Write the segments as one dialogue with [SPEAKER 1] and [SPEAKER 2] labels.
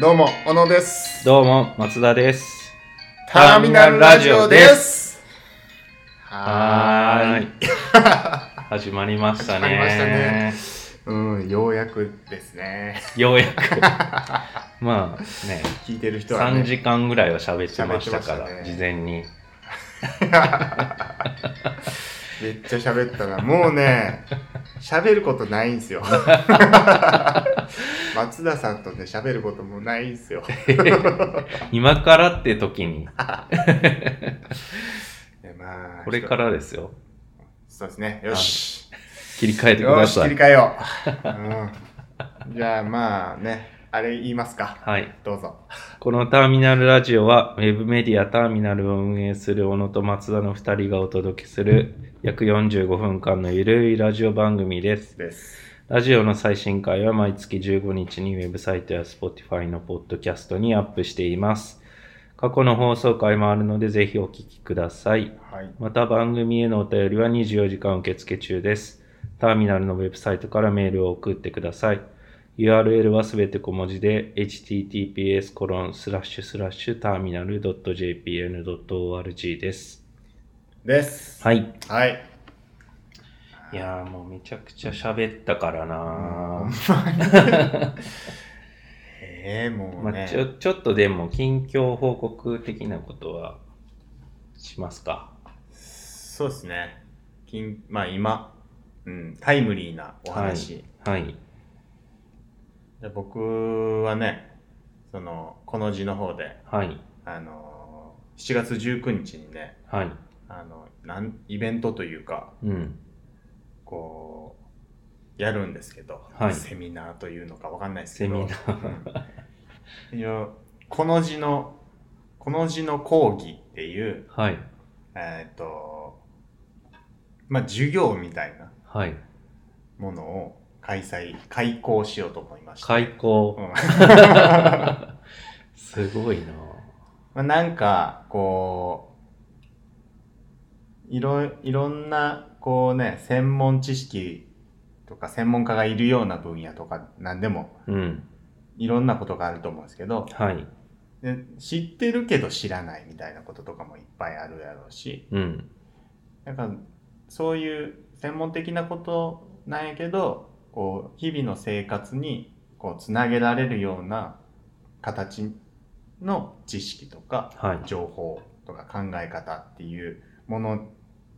[SPEAKER 1] どうも、小野です。
[SPEAKER 2] どうも、松田です。
[SPEAKER 1] ターミナルラジオです。
[SPEAKER 2] は
[SPEAKER 1] は
[SPEAKER 2] ー い。始まりましたね。
[SPEAKER 1] 始まりましたねうん、ようやくですね。
[SPEAKER 2] ようや く。まあね、
[SPEAKER 1] 聞いてる人はね。
[SPEAKER 2] 3時間ぐらいは喋ってましたか
[SPEAKER 1] 喋ってました
[SPEAKER 2] ら、
[SPEAKER 1] ね
[SPEAKER 2] 事前に。
[SPEAKER 1] めっちゃ喋ったな。もうね、喋ることないんすよ。松田さんとね、喋ることもないんすよ。
[SPEAKER 2] 今からって時に、
[SPEAKER 1] いやまあ、
[SPEAKER 2] これからですよ。
[SPEAKER 1] そうですね。よし。
[SPEAKER 2] 切り替えてく
[SPEAKER 1] よ
[SPEAKER 2] だ
[SPEAKER 1] し、
[SPEAKER 2] さ
[SPEAKER 1] 切り
[SPEAKER 2] い。
[SPEAKER 1] 替えよう。うん、じゃあまあね、あれ言いますか。
[SPEAKER 2] はい。
[SPEAKER 1] どうぞ。
[SPEAKER 2] このターミナルラジオは、ウェブメディアターミナルを運営する小野と松田の2人がお届けする、約45分間のゆるいラジオ番組です。
[SPEAKER 1] です。
[SPEAKER 2] ラジオの最新回は毎月15日にウェブサイトや Spotify のポッドキャストにアップしています。過去の放送回もあるのでぜひお聞きください。
[SPEAKER 1] はい。
[SPEAKER 2] また番組へのお便りは24時間受付中です。ターミナルのウェブサイトからメールを送ってください。URL はすべて小文字で https コロンスラッシュスラッシュターミナル .jpn.org です。
[SPEAKER 1] です。
[SPEAKER 2] はい。
[SPEAKER 1] はい。
[SPEAKER 2] いやーもうめちゃくちゃ喋ったから なー
[SPEAKER 1] ええもう
[SPEAKER 2] まあ、
[SPEAKER 1] ね
[SPEAKER 2] ち。ょちょっとでも近況報告的なことはしますか。
[SPEAKER 1] そうですね。近まあ今、うん、タイムリーなお話。
[SPEAKER 2] はい。
[SPEAKER 1] で僕はね、その、この字の方で、
[SPEAKER 2] はい。
[SPEAKER 1] あのー、7月19日にね、
[SPEAKER 2] はい。
[SPEAKER 1] あの、なん、イベントというか、
[SPEAKER 2] うん。
[SPEAKER 1] こう、やるんですけど、
[SPEAKER 2] はい
[SPEAKER 1] セミナーというのかわかんないですけ
[SPEAKER 2] セ
[SPEAKER 1] ど、
[SPEAKER 2] ミナー。
[SPEAKER 1] うんいやこの字の、この字の講義っていう、
[SPEAKER 2] はい。
[SPEAKER 1] えーっと、まあ、授業みたいな
[SPEAKER 2] はい。
[SPEAKER 1] ものを開催、開講しようと思いました。
[SPEAKER 2] 開
[SPEAKER 1] う
[SPEAKER 2] 口。
[SPEAKER 1] ん
[SPEAKER 2] すごいな
[SPEAKER 1] まあ、なんか、こう、いろ、いろんな、こうね、専門知識とか専門家がいるような分野とか、なんでも、
[SPEAKER 2] うん。
[SPEAKER 1] いろんなことがあると思うんですけど、
[SPEAKER 2] はい。
[SPEAKER 1] で知ってるけど知らないみたいなこととかもいっぱいあるやろうし、
[SPEAKER 2] うん。
[SPEAKER 1] なんか、そういう専門的なことなんやけど、こう、日々の生活に、こう、つなげられるような形の知識とか、
[SPEAKER 2] はい。
[SPEAKER 1] 情報とか考え方っていうもの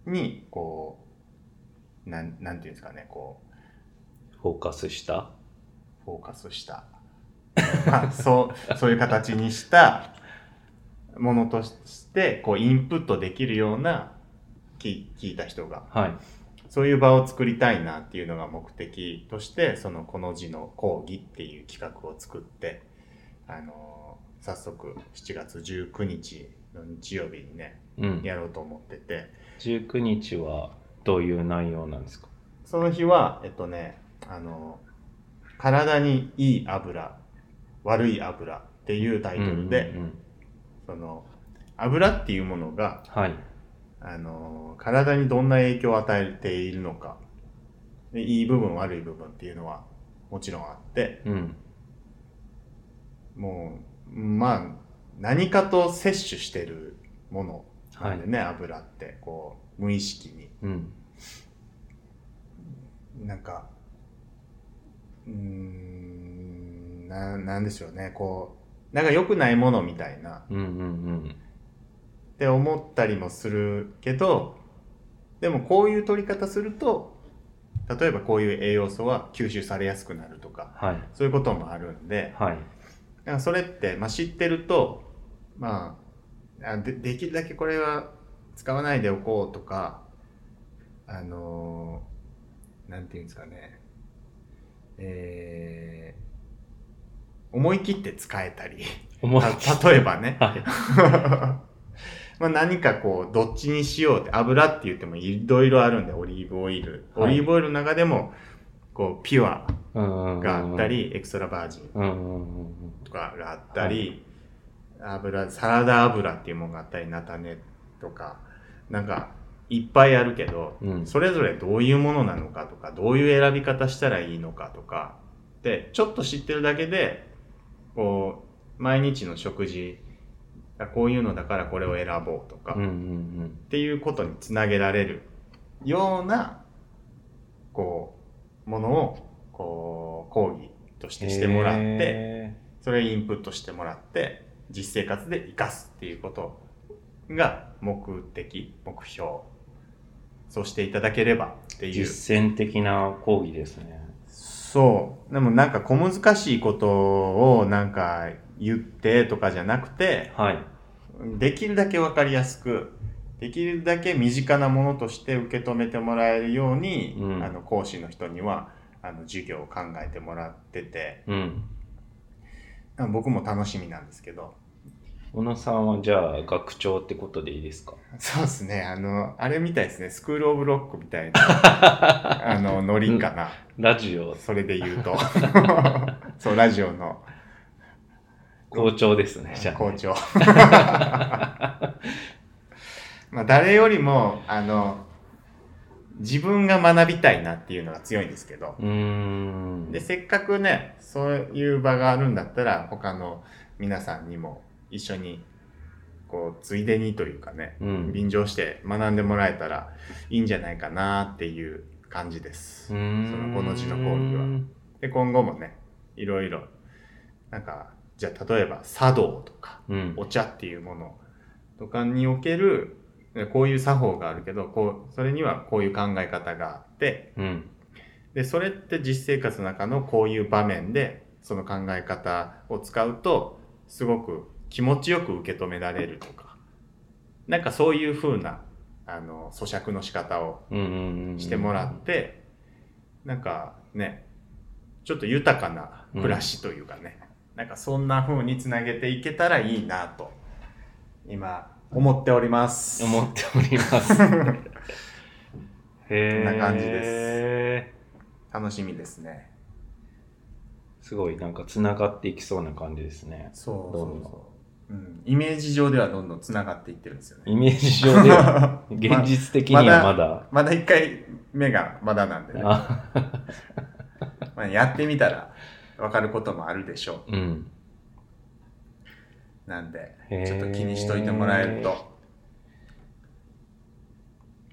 [SPEAKER 1] にこうなんなんていうんですかねこう
[SPEAKER 2] フォーカスした。
[SPEAKER 1] フォーカスした、 まあ、そうそういう形にしたものとしてこうインプットできるような聞聞いた人が
[SPEAKER 2] はい。
[SPEAKER 1] そういう場を作りたいなっていうのが目的としてそのこの字の講義っていう企画を作ってあの早速7月19日の日曜日にね
[SPEAKER 2] うん。
[SPEAKER 1] やろうと思ってて
[SPEAKER 2] 19日はどういう内容なんですか
[SPEAKER 1] その日はえっとねあの「体にいい油悪い油」っていうタイトルで、
[SPEAKER 2] うんうんうん
[SPEAKER 1] その油っていうものが
[SPEAKER 2] はい。
[SPEAKER 1] あの体にどんな影響を与えているのかでいい部分悪い部分っていうのはもちろんあって
[SPEAKER 2] うん。
[SPEAKER 1] もうまあ何かと摂取してるものなんでね、油ってこう無意識に
[SPEAKER 2] うん。
[SPEAKER 1] なんか、うーん、ななんでしょうね、こう、なんか良くないものみたいな、
[SPEAKER 2] うんうん
[SPEAKER 1] って思ったりもするけど、でもこういう取り方すると、例えばこういう栄養素は吸収されやすくなると
[SPEAKER 2] うん。
[SPEAKER 1] か、
[SPEAKER 2] はい。
[SPEAKER 1] そういうこともあるんで、
[SPEAKER 2] はい。
[SPEAKER 1] なんかそれって、まあ、知ってると、まああで、できるだけこれは使わないでおこうとか、あのーなんていうんですかね、えー、思い切って使えたり、
[SPEAKER 2] 思いっきり
[SPEAKER 1] た例えばね、
[SPEAKER 2] はい。
[SPEAKER 1] まあ何かこう、どっちにしようって、油って言ってもいろいろあるんで、オリーブオイル。オ
[SPEAKER 2] はい
[SPEAKER 1] リーブオイルの中でも、こう、ピュアが
[SPEAKER 2] が
[SPEAKER 1] あった、り、エクストラバージン
[SPEAKER 2] うんうんうんうん、
[SPEAKER 1] とかがあったり、油サラダ油っていうものがあったり菜種とかなんかいっぱいあるけど、
[SPEAKER 2] うん
[SPEAKER 1] それぞれどういうものなのかとかどういう選び方したらいいのかとかでちょっと知ってるだけでこう毎日の食事あこういうのだからこれを選ぼうとか、
[SPEAKER 2] うんう
[SPEAKER 1] っ
[SPEAKER 2] ん
[SPEAKER 1] ていうことにつなげられるようなこうものをこう講義とし
[SPEAKER 2] う
[SPEAKER 1] て
[SPEAKER 2] ん。
[SPEAKER 1] してもらって、
[SPEAKER 2] へ
[SPEAKER 1] それインプットしてもらって実生活で活かすっていうことが目的目標そうしていただければって
[SPEAKER 2] ー。
[SPEAKER 1] いう
[SPEAKER 2] 実践的な講義ですね。
[SPEAKER 1] そうでもなんか小難しいことをなんか言ってとかじゃなくて
[SPEAKER 2] はい。
[SPEAKER 1] できるだけ分かりやすくできるだけ身近なものとして受け止めてもらえるように、
[SPEAKER 2] うん
[SPEAKER 1] あの講師の人にはあの授業を考えてもらってて
[SPEAKER 2] うん。
[SPEAKER 1] 僕も楽しみなんですけど
[SPEAKER 2] 小野さんはじゃあ学長ってことでいいですか
[SPEAKER 1] そうですね。あの、あれみたいですね。スクールオブロックみ たいな、あの、ノリかな。
[SPEAKER 2] ラジオ
[SPEAKER 1] それで言う と。そう、ラジオの
[SPEAKER 2] 校長ですね、じゃあ、
[SPEAKER 1] 校長。 まあ、誰よりも、あの、自分が学びたいなっていうのが強いんですけど。
[SPEAKER 2] うーん。
[SPEAKER 1] で、せっかくね、そういう場があるんだったら、他の皆さんにも一緒に、こう、ついでにというかね、
[SPEAKER 2] うん。
[SPEAKER 1] 便乗して学んでもらえたらいいんじゃないかなっていう感じです。そのこの字の講義は
[SPEAKER 2] は。
[SPEAKER 1] で、今後もね、いろいろ、なんか、じゃあ例えば茶道とか、
[SPEAKER 2] うん。
[SPEAKER 1] お茶っていうものとかにおける、こういう作法があるけど、こう、それにはこういう考え方があって、
[SPEAKER 2] うん。
[SPEAKER 1] で、それって実生活の中のこういう場面で、その考え方を使うと、すごく気持ちよく受け止められるとか、なんかそういう風な、あの、咀嚼の仕方を
[SPEAKER 2] うんうん。うん
[SPEAKER 1] してもらって、なんかね、ちょっと豊かな暮らしというかね、なんかそんな風につなげていけたらいいなと、今、思っております。
[SPEAKER 2] 思っており ます。へえ。
[SPEAKER 1] こんな感じで楽しみですね。
[SPEAKER 2] す。すごい、なんか繋がっていきそうな感じですね。
[SPEAKER 1] そう
[SPEAKER 2] どん
[SPEAKER 1] そう
[SPEAKER 2] どん
[SPEAKER 1] そう。うん、イメージ上ではどんどんつながっていってるんですよね。
[SPEAKER 2] イメージ上 では、現実的にはまだ。
[SPEAKER 1] まだ一回目がまだなんでね、ま
[SPEAKER 2] あ
[SPEAKER 1] あ、やってみたら分かることもあるでしょ
[SPEAKER 2] うん。
[SPEAKER 1] う。なんで、
[SPEAKER 2] へー
[SPEAKER 1] ちょっと気にしといてもらえると。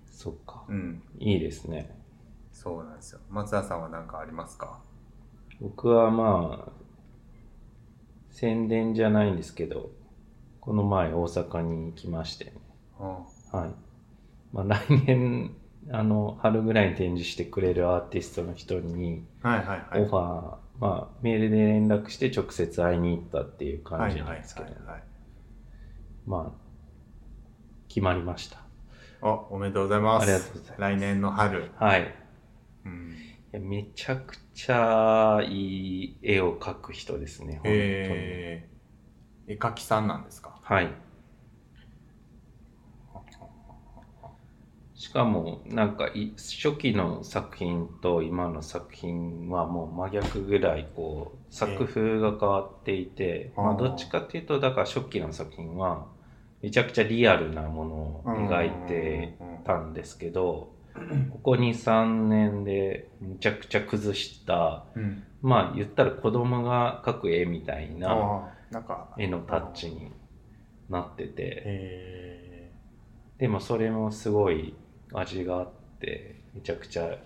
[SPEAKER 2] そっか。
[SPEAKER 1] うん、
[SPEAKER 2] いいですね。
[SPEAKER 1] そうなんですよ。松田さんは何かありますか
[SPEAKER 2] 僕はまあ、宣伝じゃないんですけど、この前大阪に行きましてね、
[SPEAKER 1] うん
[SPEAKER 2] はい。まあ来年、あの、春ぐらいに展示してくれるアーティストの人に、
[SPEAKER 1] はいはい
[SPEAKER 2] オファー、まあ、メールで連絡して直接会いに行ったっていう感じなんですけど、
[SPEAKER 1] はいはいはいはい
[SPEAKER 2] まあ、決まりました。
[SPEAKER 1] おおめでとうございます
[SPEAKER 2] ありがとうございます
[SPEAKER 1] 来年の春、
[SPEAKER 2] はい。い
[SPEAKER 1] うん、
[SPEAKER 2] やめちゃくちゃいい絵を描く人ですね、本当に。
[SPEAKER 1] えー、絵描きさんなんですか
[SPEAKER 2] はい。しかも、なんかい、初期の作品と今の作品はもう真逆ぐらい、こう、作風が変わっていて、
[SPEAKER 1] あー
[SPEAKER 2] まあ、どっちかっていうと、だから初期の作品は、めちゃくちゃリアルなものを描いてたんですけど、ここ2、3年で、むちゃくちゃ崩した、
[SPEAKER 1] うん、うん
[SPEAKER 2] まあ、言ったら子供が描く絵みたいな、
[SPEAKER 1] あーなんか
[SPEAKER 2] 絵のタッチになってて
[SPEAKER 1] え
[SPEAKER 2] でもそれもすごい味があってめちゃくちゃい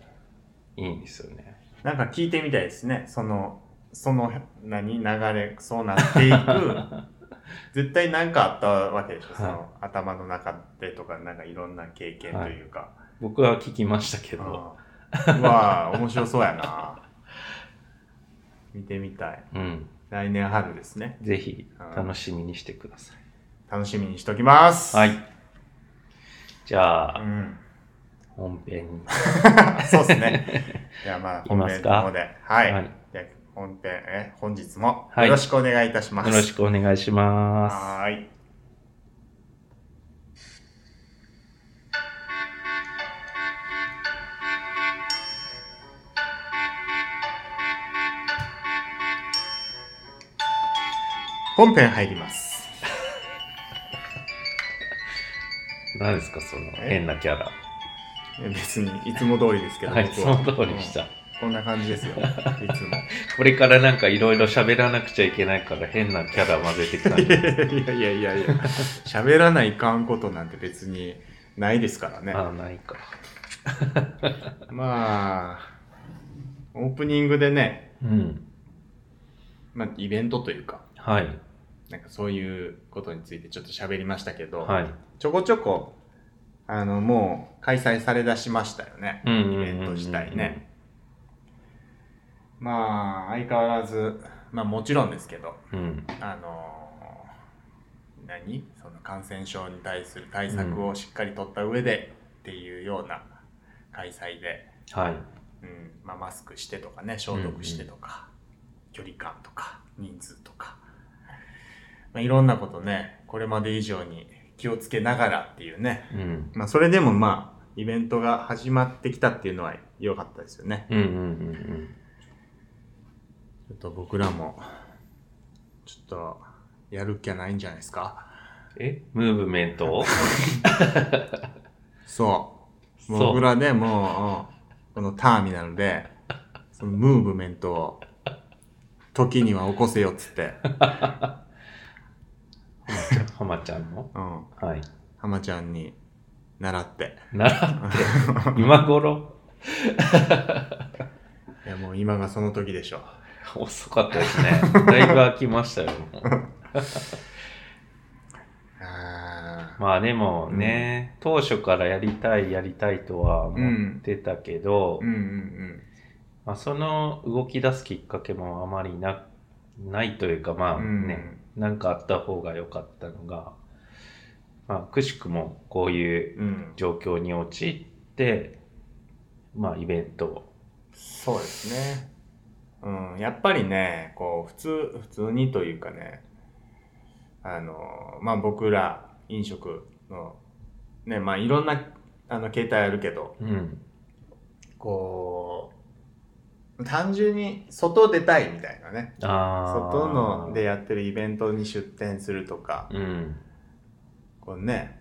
[SPEAKER 2] いんですよね
[SPEAKER 1] ー、なんか聞いてみたいですねそのその何流れそうなってい く絶対何かあったわけでしょ、そ
[SPEAKER 2] はい
[SPEAKER 1] の頭の中でとかなんかいろんな経験というか、
[SPEAKER 2] 僕は聞きましたけど
[SPEAKER 1] あーうわあ面白そうやな見てみたい
[SPEAKER 2] うん
[SPEAKER 1] 来年春ですね
[SPEAKER 2] ぜひ
[SPEAKER 1] はい
[SPEAKER 2] 楽しみにしてくださ
[SPEAKER 1] 楽しみにしときます
[SPEAKER 2] いはいじゃ
[SPEAKER 1] う
[SPEAKER 2] あ
[SPEAKER 1] ん、
[SPEAKER 2] 本編に
[SPEAKER 1] そうですね じゃあまあ
[SPEAKER 2] き
[SPEAKER 1] 本
[SPEAKER 2] ます
[SPEAKER 1] 編
[SPEAKER 2] か
[SPEAKER 1] の方ではい、
[SPEAKER 2] はい
[SPEAKER 1] じゃあ本編え本日も
[SPEAKER 2] はい
[SPEAKER 1] よろしくお願いいたします、
[SPEAKER 2] よろしくお願いします
[SPEAKER 1] はーい本編入ります
[SPEAKER 2] 何ですかその変なキャラ
[SPEAKER 1] え別にいつも通りですけど
[SPEAKER 2] はい
[SPEAKER 1] 僕
[SPEAKER 2] その通りでした
[SPEAKER 1] こんな感じです よ。いつも。
[SPEAKER 2] これからなんかいろいろ喋らなくちゃいけないから変なキャラ混ぜてきた ん
[SPEAKER 1] いや
[SPEAKER 2] で。
[SPEAKER 1] いやいやいやいや喋らないかんことなんて別にないですからね
[SPEAKER 2] ああ、ないか。
[SPEAKER 1] まあオープニングでね、
[SPEAKER 2] うん。
[SPEAKER 1] まあ、イベントというか
[SPEAKER 2] はい。
[SPEAKER 1] なんかそういうことについてちょっと喋りましたけど、
[SPEAKER 2] はい。
[SPEAKER 1] ちょこちょこあのもう開催されだしましたよね、
[SPEAKER 2] うんうんうんうん
[SPEAKER 1] イベント自体ねまあ相変わらずまあもちろんですけど
[SPEAKER 2] うん。
[SPEAKER 1] あの何その感染症に対する対策をしっかり取った上でっていうような開催で、
[SPEAKER 2] はい。
[SPEAKER 1] うんまあ、マスクしてとかね消毒してとか、距離感とか人数とか、まあ、いろんなことねこれまで以上に気をつけながらっていうね、
[SPEAKER 2] うん。
[SPEAKER 1] まあ、それでもまあイベントが始まってきたっていうのは良かったですよね。
[SPEAKER 2] うんうんうん
[SPEAKER 1] ちょっと僕らもちょっとやるっきゃないんじゃないですか
[SPEAKER 2] うん。えムーブメント を
[SPEAKER 1] そう。
[SPEAKER 2] そう
[SPEAKER 1] 僕らでもう、このターミナルで、そのムーブメントを、時には起こせよっつって、
[SPEAKER 2] ハマちゃんの
[SPEAKER 1] うん。
[SPEAKER 2] はい。
[SPEAKER 1] 浜ちゃんに習って。
[SPEAKER 2] 習って、今頃、
[SPEAKER 1] いや、もう今がその時でしょ。
[SPEAKER 2] 遅かったですね。だいぶ飽きましたよ。もう
[SPEAKER 1] あー
[SPEAKER 2] まあでもね、当初からやりたいやりたいとは思ってたけど、
[SPEAKER 1] うんうん
[SPEAKER 2] まあ、その動き出すきっかけもあまりなないというかま
[SPEAKER 1] う
[SPEAKER 2] あ
[SPEAKER 1] ん。うん
[SPEAKER 2] ね、なんかあった方が良かったのが、まあ、くしくもこういう
[SPEAKER 1] うん。
[SPEAKER 2] 状況に陥って、まあ、イベントを
[SPEAKER 1] そうですね。うん、やっぱりね、こう、普通、普通にというかね、あの、まあ僕ら飲食の、ね、まあいろんな、あの、携帯あるけど、
[SPEAKER 2] うん
[SPEAKER 1] こう、単純に外出たいみたいなね。
[SPEAKER 2] あー
[SPEAKER 1] 外のでやってるイベントに出店するとか、
[SPEAKER 2] うん
[SPEAKER 1] こうね、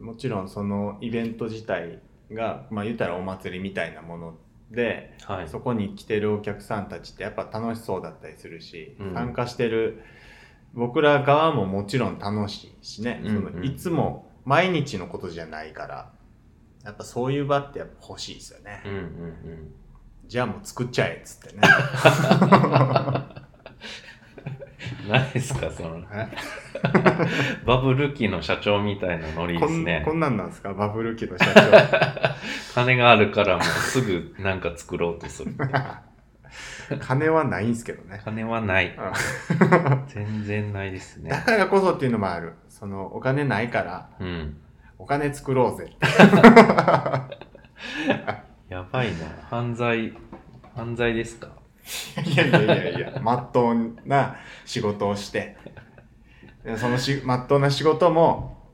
[SPEAKER 1] もちろんそのイベント自体が、まあ言ったらお祭りみたいなもので、
[SPEAKER 2] はい
[SPEAKER 1] そこに来てるお客さんたちってやっぱ楽しそうだったりするし、
[SPEAKER 2] うん
[SPEAKER 1] 参加してる僕ら側ももちろん楽しいしね、
[SPEAKER 2] うんうん
[SPEAKER 1] そのいつも毎日のことじゃないからやっぱそういう場ってやっぱ欲しいですよね、
[SPEAKER 2] うんうんうん
[SPEAKER 1] じゃあもう作っちゃえっつってね
[SPEAKER 2] 何ですかその
[SPEAKER 1] え
[SPEAKER 2] バブル期の社長み たいなノリで
[SPEAKER 1] こ
[SPEAKER 2] す
[SPEAKER 1] ん
[SPEAKER 2] ね
[SPEAKER 1] こんなんなんですかバブル期の社長
[SPEAKER 2] 金があるからもうすぐなんか作ろうと する
[SPEAKER 1] 金はないんすけどね
[SPEAKER 2] 金はない
[SPEAKER 1] うん
[SPEAKER 2] 全然ないですね
[SPEAKER 1] だからこそっていうのもあるそのお金ないから
[SPEAKER 2] うん
[SPEAKER 1] お金作ろうぜって
[SPEAKER 2] やばいな。犯罪、犯罪ですか
[SPEAKER 1] いやいやいやいや、まっとうな仕事をして、でそのし、まっとうな仕事も、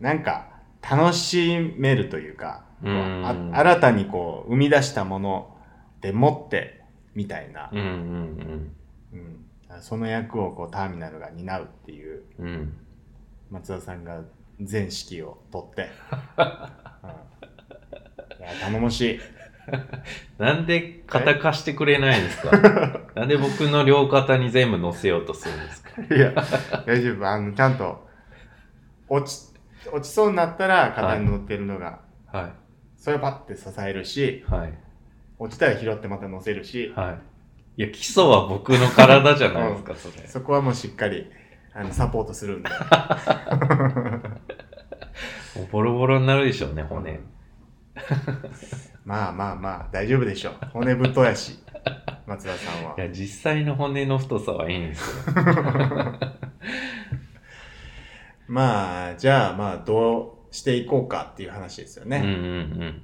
[SPEAKER 1] なんか、楽しめるというか、
[SPEAKER 2] う
[SPEAKER 1] あ
[SPEAKER 2] ん
[SPEAKER 1] 新たにこう、生み出したものでもって、みたいな
[SPEAKER 2] う、んうん
[SPEAKER 1] うんその役をこう、ターミナルが担うっていう、
[SPEAKER 2] うん。うん。
[SPEAKER 1] 松田さんが全指揮を取って、うんいや頼もしい。
[SPEAKER 2] なんで肩貸してくれないんです かなんで僕の両肩に全部乗せようとするんですか
[SPEAKER 1] いや、大丈夫。あの、ちゃんと、落ち、落ちそうになったら、肩に乗ってるのが、
[SPEAKER 2] は
[SPEAKER 1] それをパッて支えるし
[SPEAKER 2] い。、はい。
[SPEAKER 1] 落ちたら拾ってまた乗せるし、
[SPEAKER 2] はい。いや、基礎は僕の体じゃないですか、 それ。
[SPEAKER 1] そこはもうしっかり、あの、サポートするんで。
[SPEAKER 2] もうボロボロになるでしょうね、骨。。
[SPEAKER 1] まあまあまあ、大丈夫でしょう。骨太やし、松田さんはい
[SPEAKER 2] や、実際の骨の太さはいいんですよ。
[SPEAKER 1] まあ、じゃあまあ、どうしていこうかっていう話ですよね。
[SPEAKER 2] うんうん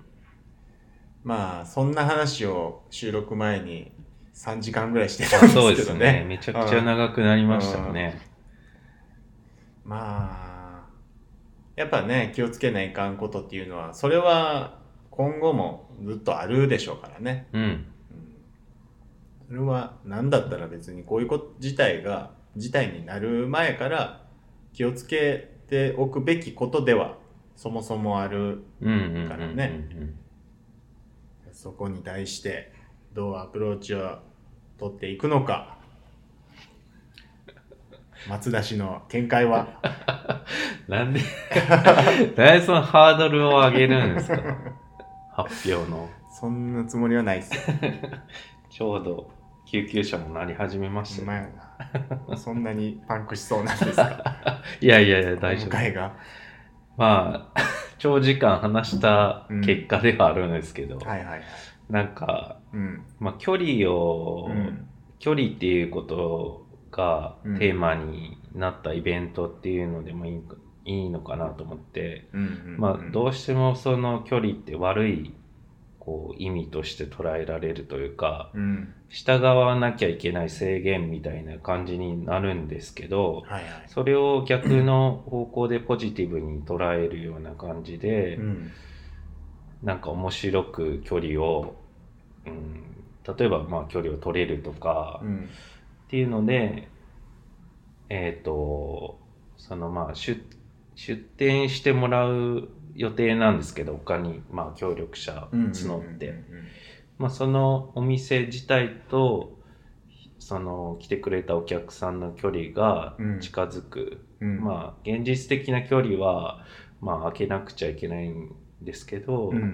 [SPEAKER 1] まあ、そんな話を収録前に3時間ぐらいしてたん
[SPEAKER 2] う
[SPEAKER 1] で
[SPEAKER 2] ん。
[SPEAKER 1] すけど
[SPEAKER 2] そ
[SPEAKER 1] ね。
[SPEAKER 2] うですね。めちゃくちゃ長くなりましたね。
[SPEAKER 1] まあ、やっぱね、気をつけないかんことっていうのは、それは今後もずっとあるでしょうからね。
[SPEAKER 2] うん。
[SPEAKER 1] うんそれは何だったら別にこういうこと自体が、事態になる前から気をつけておくべきことでは、そもそもある、
[SPEAKER 2] うんうんうんうん。
[SPEAKER 1] からねそこに対して、どうアプローチを取っていくのか 松田氏の見解は
[SPEAKER 2] なんで、 なんでそのハードルを上げるんですか発表の。
[SPEAKER 1] そんなつもりはないですよ
[SPEAKER 2] ちょうど救急車も鳴り始めました
[SPEAKER 1] ま
[SPEAKER 2] ね。
[SPEAKER 1] あそんなにパンクしそうなんですか
[SPEAKER 2] いやいやいや、大丈
[SPEAKER 1] 今
[SPEAKER 2] 夫。
[SPEAKER 1] 回が
[SPEAKER 2] まあ、長時間話した結果ではあるんですけど、
[SPEAKER 1] はいはいはい
[SPEAKER 2] なんか、
[SPEAKER 1] うん
[SPEAKER 2] まあ、距離を、
[SPEAKER 1] うん
[SPEAKER 2] 距離っていうことが
[SPEAKER 1] うん
[SPEAKER 2] テーマになったイベントっていうのでもいいかいいのかなと思って、
[SPEAKER 1] うんうん
[SPEAKER 2] まあ、ど
[SPEAKER 1] う
[SPEAKER 2] うしてもその距離って悪いこう意味として捉えられるというか
[SPEAKER 1] うん
[SPEAKER 2] 従わなきゃいけない制限みたいな感じになるんですけど
[SPEAKER 1] はいはい
[SPEAKER 2] それを逆の方向でポジティブに捉えるような感じで、
[SPEAKER 1] うん
[SPEAKER 2] なんか面白く距離を、うん、例えばまあ距離を取れるとか、
[SPEAKER 1] うん
[SPEAKER 2] っていうので、えっ、と、そのまあ出、出店してもらう予定なんですけど、他にまあ協力者
[SPEAKER 1] うん
[SPEAKER 2] 募って、
[SPEAKER 1] うんうん
[SPEAKER 2] まあそのお店自体と、その来てくれたお客さんの距離が
[SPEAKER 1] うん
[SPEAKER 2] 近づく。
[SPEAKER 1] うん
[SPEAKER 2] まあ現実的な距離は、まあ開けなくちゃいけないんですけど、
[SPEAKER 1] うん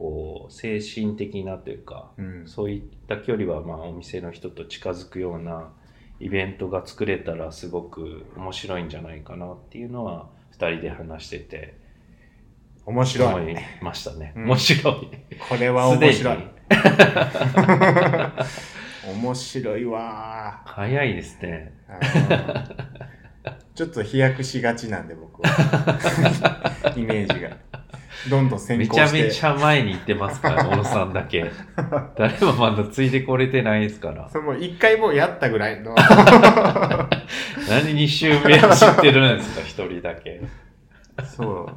[SPEAKER 2] こう精神的なというか、
[SPEAKER 1] うん
[SPEAKER 2] そういった距離はまあお店の人と近づくようなイベントが作れたらすごく面白いんじゃないかなっていうのは2人で話してて
[SPEAKER 1] 面
[SPEAKER 2] 思
[SPEAKER 1] 白い
[SPEAKER 2] いましたね。
[SPEAKER 1] うん
[SPEAKER 2] 面白い。
[SPEAKER 1] これは
[SPEAKER 2] すで
[SPEAKER 1] 面
[SPEAKER 2] に
[SPEAKER 1] 白い面白いわ
[SPEAKER 2] 早いですね。
[SPEAKER 1] ーあのーちょっと飛躍しがちなんで僕はイメージがどんどん先
[SPEAKER 2] め
[SPEAKER 1] 行
[SPEAKER 2] ちゃ
[SPEAKER 1] して
[SPEAKER 2] めちゃ前に行ってますから、小野さんだ け。誰もまだついてこれてないですから。
[SPEAKER 1] それもう一回もうやったぐらいの
[SPEAKER 2] 何2周目走ってるんですか、1人だけ。
[SPEAKER 1] そう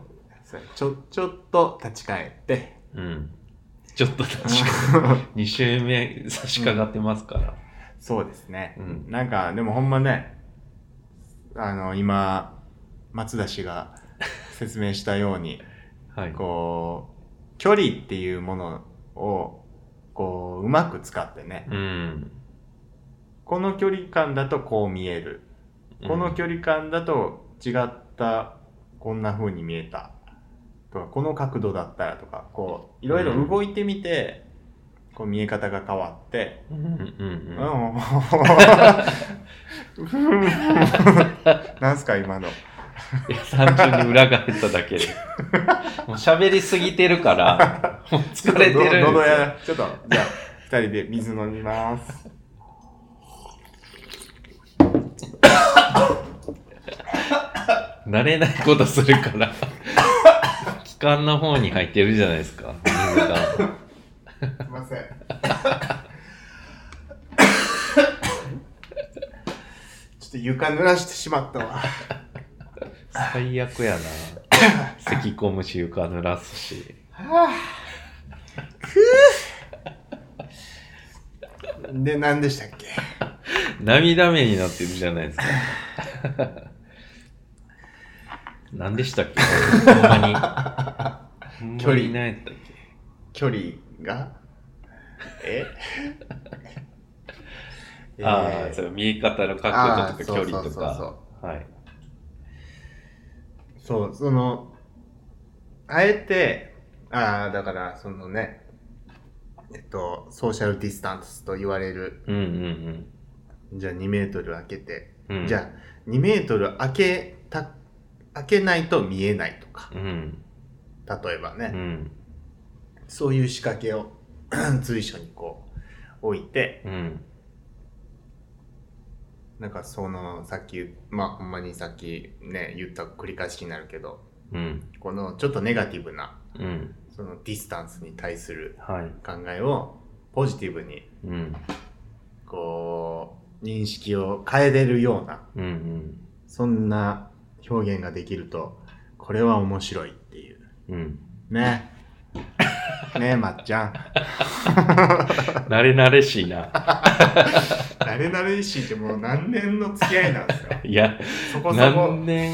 [SPEAKER 1] ちょちょっと立ち返って
[SPEAKER 2] うん。ちょっと確かに2 周目差し掛かってますから。
[SPEAKER 1] そうですね
[SPEAKER 2] う、ん。
[SPEAKER 1] なんかでもほんまねあの今松田氏が説明したよう に
[SPEAKER 2] はい。
[SPEAKER 1] こう距離っていうものをこううまく使ってね、
[SPEAKER 2] うん。
[SPEAKER 1] この距離感だとこう見えるこの距離感だと違ったこんな風に見えたとかこの角度だったらとかこういろいろ動いてみて、こう見え方が変わって、
[SPEAKER 2] うんうん
[SPEAKER 1] う、
[SPEAKER 2] う んん。
[SPEAKER 1] なんすか今の
[SPEAKER 2] いや、単純に裏返っただけ で。もう喋りすぎてるから、もう疲れてるんです
[SPEAKER 1] ちょっと喉
[SPEAKER 2] よ。
[SPEAKER 1] やちょっとじゃあ2人で水飲みます
[SPEAKER 2] 慣れないことするから。気管の方に入ってるじゃないです か、水が。
[SPEAKER 1] すいま せんちょっと床濡らしてしまったわ
[SPEAKER 2] 最悪やな。咳込むし、床濡らすし。
[SPEAKER 1] で何でしたっけ
[SPEAKER 2] 涙目になってるじゃないです か。何でしたっけほんま に。
[SPEAKER 1] 距離
[SPEAKER 2] いないったっけ
[SPEAKER 1] 距離がえ
[SPEAKER 2] あ
[SPEAKER 1] え
[SPEAKER 2] あ、
[SPEAKER 1] ー
[SPEAKER 2] その見え方の角度とか距
[SPEAKER 1] あー
[SPEAKER 2] 離と
[SPEAKER 1] そうそうそう
[SPEAKER 2] か。はい。
[SPEAKER 1] そうそうそのあえてああだからそのねえっとソーシャルディスタンスと言われる
[SPEAKER 2] うんうん
[SPEAKER 1] じゃあ2メートル開けて、
[SPEAKER 2] うん。うん、
[SPEAKER 1] じゃあ2メートル開けた開けないと見えないとか
[SPEAKER 2] うん。
[SPEAKER 1] 例えばね、
[SPEAKER 2] うん。
[SPEAKER 1] そういう仕掛けを 随所にこう置いて
[SPEAKER 2] うん。
[SPEAKER 1] なんかそのさっきまあほんまにさっきね言った繰り返しになるけど
[SPEAKER 2] うん。
[SPEAKER 1] このちょっとネガティブな
[SPEAKER 2] うん。
[SPEAKER 1] そのディスタンスに対する
[SPEAKER 2] はい。
[SPEAKER 1] 考えをポジティブに
[SPEAKER 2] うん。
[SPEAKER 1] こう認識を変えれるような
[SPEAKER 2] うんうん。
[SPEAKER 1] そんな表現ができるとこれは面白いっていう
[SPEAKER 2] うん。
[SPEAKER 1] ねねえまっち ゃん
[SPEAKER 2] 慣れ慣れしいな。
[SPEAKER 1] 慣れ慣れしいってもう何年の付き合いなんですか
[SPEAKER 2] いや、
[SPEAKER 1] そこそこ
[SPEAKER 2] 何年、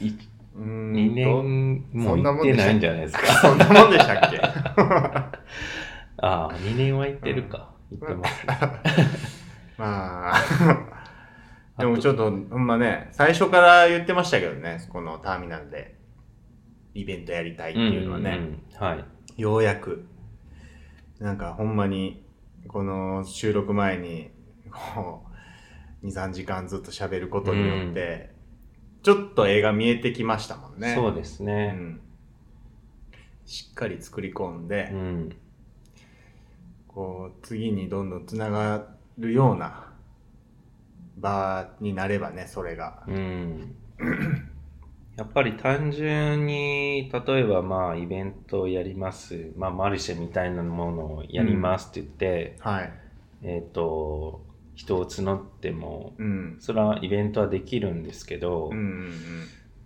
[SPEAKER 2] い
[SPEAKER 1] 2
[SPEAKER 2] 2年も
[SPEAKER 1] そんな
[SPEAKER 2] 行っ
[SPEAKER 1] もん
[SPEAKER 2] て
[SPEAKER 1] でした
[SPEAKER 2] ないんじゃないですか。
[SPEAKER 1] そんなもんでしたっけ
[SPEAKER 2] ああ、2年は行ってるか。言ってます。
[SPEAKER 1] まあ、でもちょっと、ほんまね、最初から言ってましたけどね、このターミナルで、イベントやりたいっていうのはね、
[SPEAKER 2] んんうんはい。
[SPEAKER 1] ようやく、なんかほんまに、この収録前に、こう、2、3時間ずっと喋ることによって、ちょっと映画見えてきましたもんね。
[SPEAKER 2] そうです
[SPEAKER 1] う
[SPEAKER 2] ね。
[SPEAKER 1] ん。しっかり作り込ん
[SPEAKER 2] う
[SPEAKER 1] で、
[SPEAKER 2] ん。
[SPEAKER 1] こう、次にどんどんつながるような場になればね、それが。
[SPEAKER 2] うん。やっぱり単純に、例えばまあイベントをやります、まあマルシェみたいなものをやりますって言って、
[SPEAKER 1] はい。
[SPEAKER 2] えっ、と、人を募っても、
[SPEAKER 1] うん。
[SPEAKER 2] それはイベントはできるんですけど、
[SPEAKER 1] うんうん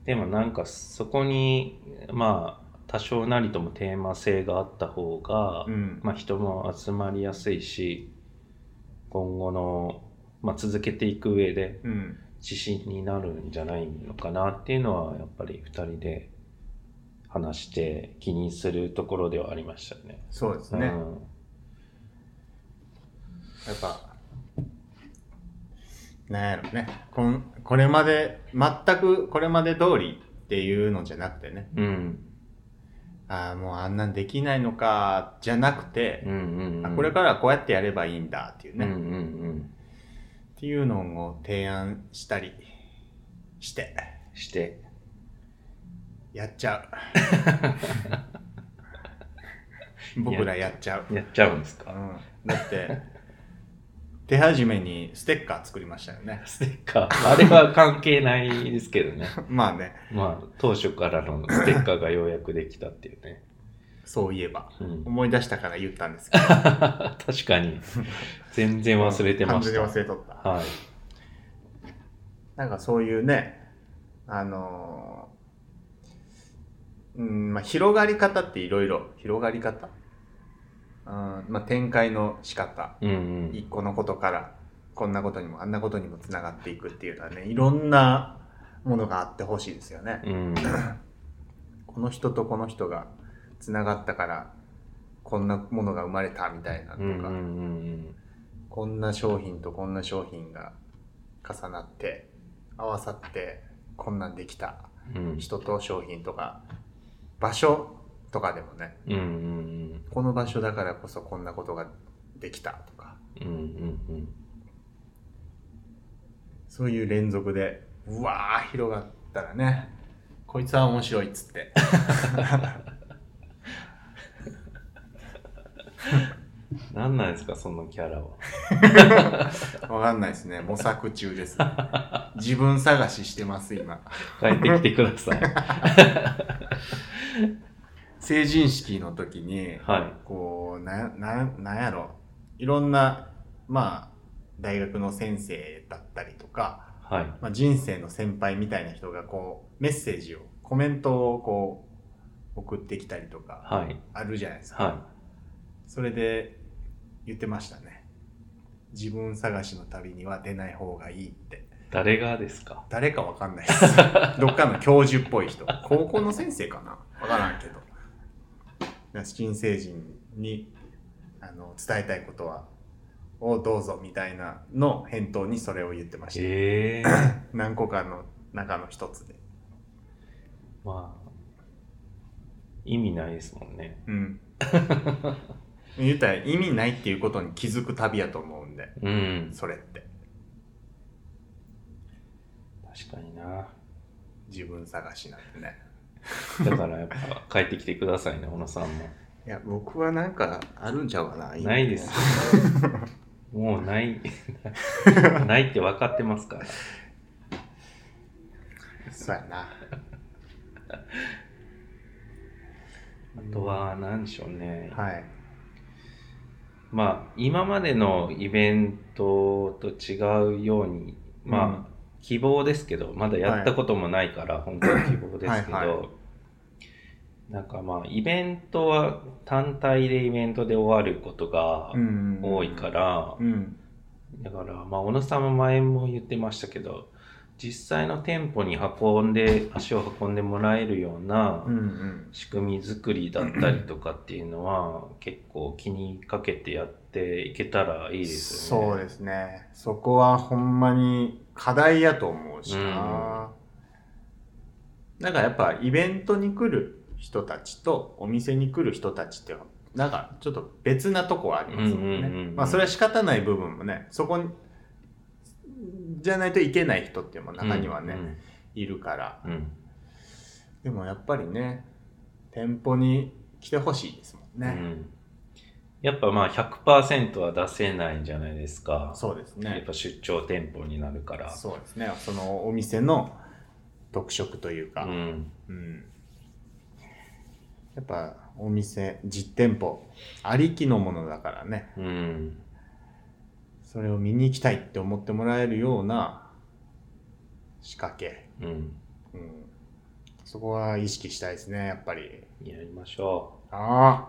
[SPEAKER 2] でもなんかそこに、まあ多少なりともテーマ性があった方が、
[SPEAKER 1] うん。うん。
[SPEAKER 2] まあ、人も集まりやすいし今後の、まあ、続けていく上で
[SPEAKER 1] うん。
[SPEAKER 2] 自信になるんじゃないのかなっていうのはやっぱり2人で話して気にするところではありましたね。
[SPEAKER 1] そうですね。
[SPEAKER 2] うん
[SPEAKER 1] やっぱ、なんやろね。こん、これまで、全くこれまで通りっていうのじゃなくてね。
[SPEAKER 2] うん
[SPEAKER 1] ああ、もうあんなんできないのか、じゃなくて
[SPEAKER 2] う、んうんうん
[SPEAKER 1] あこれからはこうやってやればいいんだっていうね。
[SPEAKER 2] うんう
[SPEAKER 1] っ
[SPEAKER 2] んうん
[SPEAKER 1] ていうのを提案したりして、
[SPEAKER 2] して
[SPEAKER 1] やっち ゃう。僕らやっちゃう。
[SPEAKER 2] やっちゃうんです
[SPEAKER 1] う
[SPEAKER 2] か
[SPEAKER 1] ん、だって、手始めにステッカー作りましたよね。
[SPEAKER 2] ステッカーあれは関係ないですけど ね
[SPEAKER 1] まあね、
[SPEAKER 2] まあ当初からのステッカーがようやくできたっていうね、
[SPEAKER 1] そういえば。
[SPEAKER 2] うん、
[SPEAKER 1] 思い出したから言ったんですけど。
[SPEAKER 2] 確かに。全然忘れてました。
[SPEAKER 1] 完全に忘れとった。
[SPEAKER 2] はい。
[SPEAKER 1] なんかそういうね、あのーうん、まあ、広がり方っていろいろ、広がり方うん、まあ、展開の仕方。
[SPEAKER 2] うんうん。
[SPEAKER 1] 一個のことから、こんなことにもあんなことにもつながっていくっていうのはね、いろんなものがあってほしいですよね。
[SPEAKER 2] うん、
[SPEAKER 1] この人とこの人がつながったから、こんなものが生まれたみたいなと
[SPEAKER 2] う
[SPEAKER 1] か、
[SPEAKER 2] んうん
[SPEAKER 1] こんな商品とこんな商品が重なって合わさってこんなんできた
[SPEAKER 2] うんうん。
[SPEAKER 1] 人と商品とか場所とかでもね
[SPEAKER 2] うんうん
[SPEAKER 1] この場所だからこそこんなことができたとか
[SPEAKER 2] うん。うんうん
[SPEAKER 1] そういう連続でうわー広がったらねこいつは面白いっつって
[SPEAKER 2] うん。なんなんですか、そのキャラは。
[SPEAKER 1] わかんないですね模索中です、ね、自分探ししてます今
[SPEAKER 2] 帰ってきてください。
[SPEAKER 1] 成人式の時に
[SPEAKER 2] は
[SPEAKER 1] こうなななんやろいろんなまあ大学の先生だったりとか、
[SPEAKER 2] い。はい。
[SPEAKER 1] まあ、人生の先輩みたいな人がこうメッセージをコメントをこう送ってきたりとか
[SPEAKER 2] はい。
[SPEAKER 1] あるじゃないですか、
[SPEAKER 2] は
[SPEAKER 1] それで言ってましたね自分探しの旅には出ない方がいいって
[SPEAKER 2] い。誰がですか
[SPEAKER 1] 誰かわかんないです どっかの教授っぽい人高校の先生かなわからんけど新成人にあの伝えたいことはをどうぞみたいなの返答にそれを言ってました、
[SPEAKER 2] ええー。
[SPEAKER 1] 何個かの中の一つで
[SPEAKER 2] まあ。意味ないですもんね。
[SPEAKER 1] うん 言ったら意味ないっていうことに気づく旅やと思うんで
[SPEAKER 2] うん。
[SPEAKER 1] それって
[SPEAKER 2] 確かにな。
[SPEAKER 1] 自分探しなんてね
[SPEAKER 2] だからやっぱ帰ってきてくださいね、小野さんも。
[SPEAKER 1] いや僕はなんかあるんちゃうかな今
[SPEAKER 2] ないですよ。もうない、ないって分かってますから。
[SPEAKER 1] そうやな
[SPEAKER 2] あとは何でしょうね。
[SPEAKER 1] はい
[SPEAKER 2] まあ今までのイベントと違うように、まあ希望ですけど、まだやったこともないから、本当に希望ですけど、
[SPEAKER 1] はいは
[SPEAKER 2] なんかまあイベントは単体でイベントで終わることが
[SPEAKER 1] うん
[SPEAKER 2] 多いから、
[SPEAKER 1] うん
[SPEAKER 2] だから、まあ、小野さんも前も言ってましたけど、実際の店舗に運んで、足を運んでもらえるような
[SPEAKER 1] うんうん
[SPEAKER 2] 仕組み作りだったりとかっていうのは、結構気にかけてやっっていけたらいいですよね。
[SPEAKER 1] そうですね。そこはほんまに課題やと思うしな。なんかやっぱイベントに来る人たちとお店に来る人たちってなんかちょっと別なとこはありますもんね。
[SPEAKER 2] うんうんうんうん
[SPEAKER 1] まあそれは仕方ない部分もね、そこに、じゃないといけない人っていうのも中にはね、いるから。
[SPEAKER 2] うん。うん
[SPEAKER 1] でもやっぱりね、店舗に来てほしいですもん
[SPEAKER 2] う
[SPEAKER 1] ね。
[SPEAKER 2] んやっぱまあ100%は出せないんじゃないですか。
[SPEAKER 1] そうですね。
[SPEAKER 2] やっぱ出張店舗になるから。
[SPEAKER 1] そうですね。そのお店の特色というか、
[SPEAKER 2] うん。
[SPEAKER 1] うんやっぱお店、実店舗、ありきのものだからね、
[SPEAKER 2] うん。
[SPEAKER 1] それを見に行きたいって思ってもらえるような仕掛け、
[SPEAKER 2] うん。
[SPEAKER 1] うん、そこは意識したいですね、やっぱり。
[SPEAKER 2] やりましょう。
[SPEAKER 1] ああ、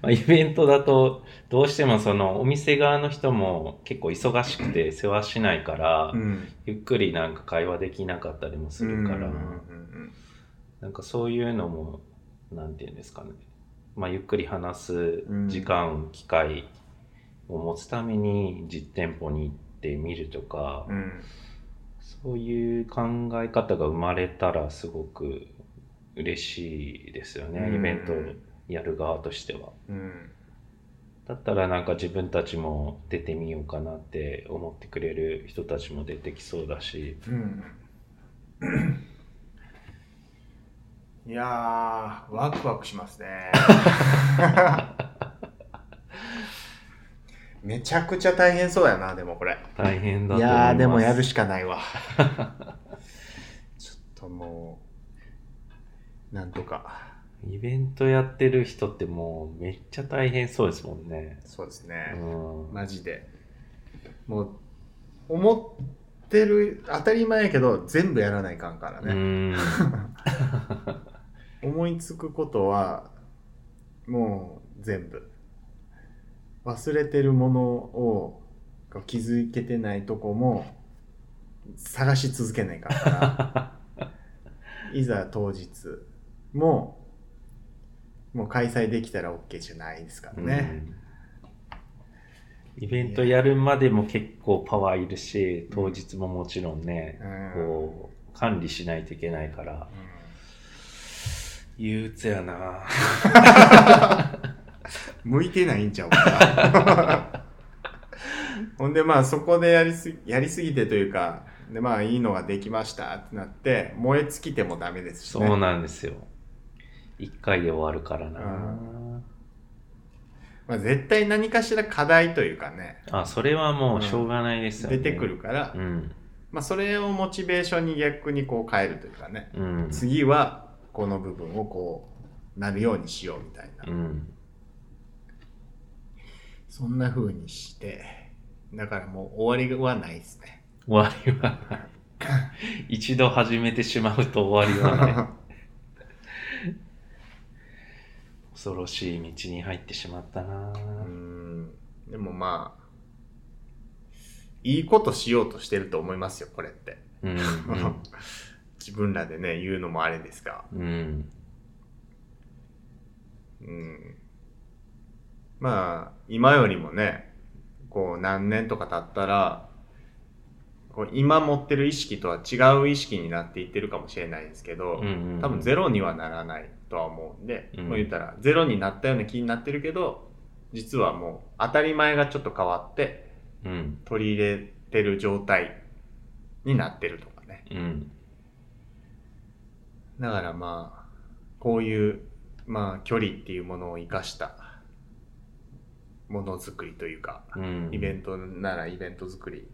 [SPEAKER 2] まあ、イベントだと、どうしてもそのお店側の人も結構忙しくて世話しないから、
[SPEAKER 1] うん。
[SPEAKER 2] ゆっくりなんか会話できなかったりもするから、
[SPEAKER 1] うんうんうん
[SPEAKER 2] なんかそういうのも、なんていうんですかね。まあ、ゆっくり話す時間、機会を持つために実店舗に行ってみるとか、
[SPEAKER 1] うんうん
[SPEAKER 2] そういう考え方が生まれたらすごく嬉しいですよね、
[SPEAKER 1] うん
[SPEAKER 2] イベントをやる側としては。
[SPEAKER 1] うん
[SPEAKER 2] だったらなんか自分たちも出てみようかなって思ってくれる人たちも出てきそうだし、
[SPEAKER 1] うんいやー、ワクワクしますね。 めちゃくちゃ大変そうやな、でもこれ。
[SPEAKER 2] 大変
[SPEAKER 1] い
[SPEAKER 2] だと思います。
[SPEAKER 1] やー、でもやるしかないわ。 ちょっともう、なんとか。
[SPEAKER 2] イベントやってる人ってもうめっちゃ大変そうですもんね。
[SPEAKER 1] そうです
[SPEAKER 2] う
[SPEAKER 1] ね。
[SPEAKER 2] ん。
[SPEAKER 1] マジで。もう、思ってる、当たり前やけど、全部やらないかんからね。
[SPEAKER 2] うん。
[SPEAKER 1] 思いつくことはもう全部忘れてるものをこう気づけてないとこも探し続けないから いざ当日ももう開催できたら OK じゃないですからね、
[SPEAKER 2] うん。イベントやるまでも結構パワーいるし、当日ももちろんね、
[SPEAKER 1] うん
[SPEAKER 2] こう、管理しないといけないから、憂鬱やな
[SPEAKER 1] 向いてないんちゃうかな ほんでまあそこでやりすやりすぎてというかでまあいいのができましたってなって燃え尽きてもダメですしね
[SPEAKER 2] そうなんですよ。一回で終わるからな
[SPEAKER 1] まあ、絶対何かしら課題というかね
[SPEAKER 2] あ、それはもうしょうがないですよね。
[SPEAKER 1] 出てくる。から、
[SPEAKER 2] うん。
[SPEAKER 1] まあ、それをモチベーションに逆にこう変えるというかね
[SPEAKER 2] うん。
[SPEAKER 1] 次はこの部分をこうなるようにしようみたいな、
[SPEAKER 2] うん。
[SPEAKER 1] そんな風にしてだからもう終わりはないですね
[SPEAKER 2] 終わりはない。一度始めてしまうと終わりはない。 恐ろしい道に入ってしまったな
[SPEAKER 1] うーんでもまあ、いいことしようとしてると思いますよ、これって。
[SPEAKER 2] うん。
[SPEAKER 1] 自分らでね、言うのもあれですが。
[SPEAKER 2] うん。うん。
[SPEAKER 1] うん、まあ、今よりもね、こう何年とか経ったら、こう今持ってる意識とは違う意識になっていってるかもしれないですけど、
[SPEAKER 2] うんうん
[SPEAKER 1] 多分ゼロにはならないとは思うんで、
[SPEAKER 2] うん
[SPEAKER 1] もう言ったらゼロになったような気になってるけど、実はもう当たり前がちょっと変わって、
[SPEAKER 2] うん。
[SPEAKER 1] 取り入れてる状態になってるとかね。
[SPEAKER 2] うん。
[SPEAKER 1] だからまあ、こういう、まあ、距離っていうものを生かしたものづくりというか、
[SPEAKER 2] うん。
[SPEAKER 1] イベントならイベント作り。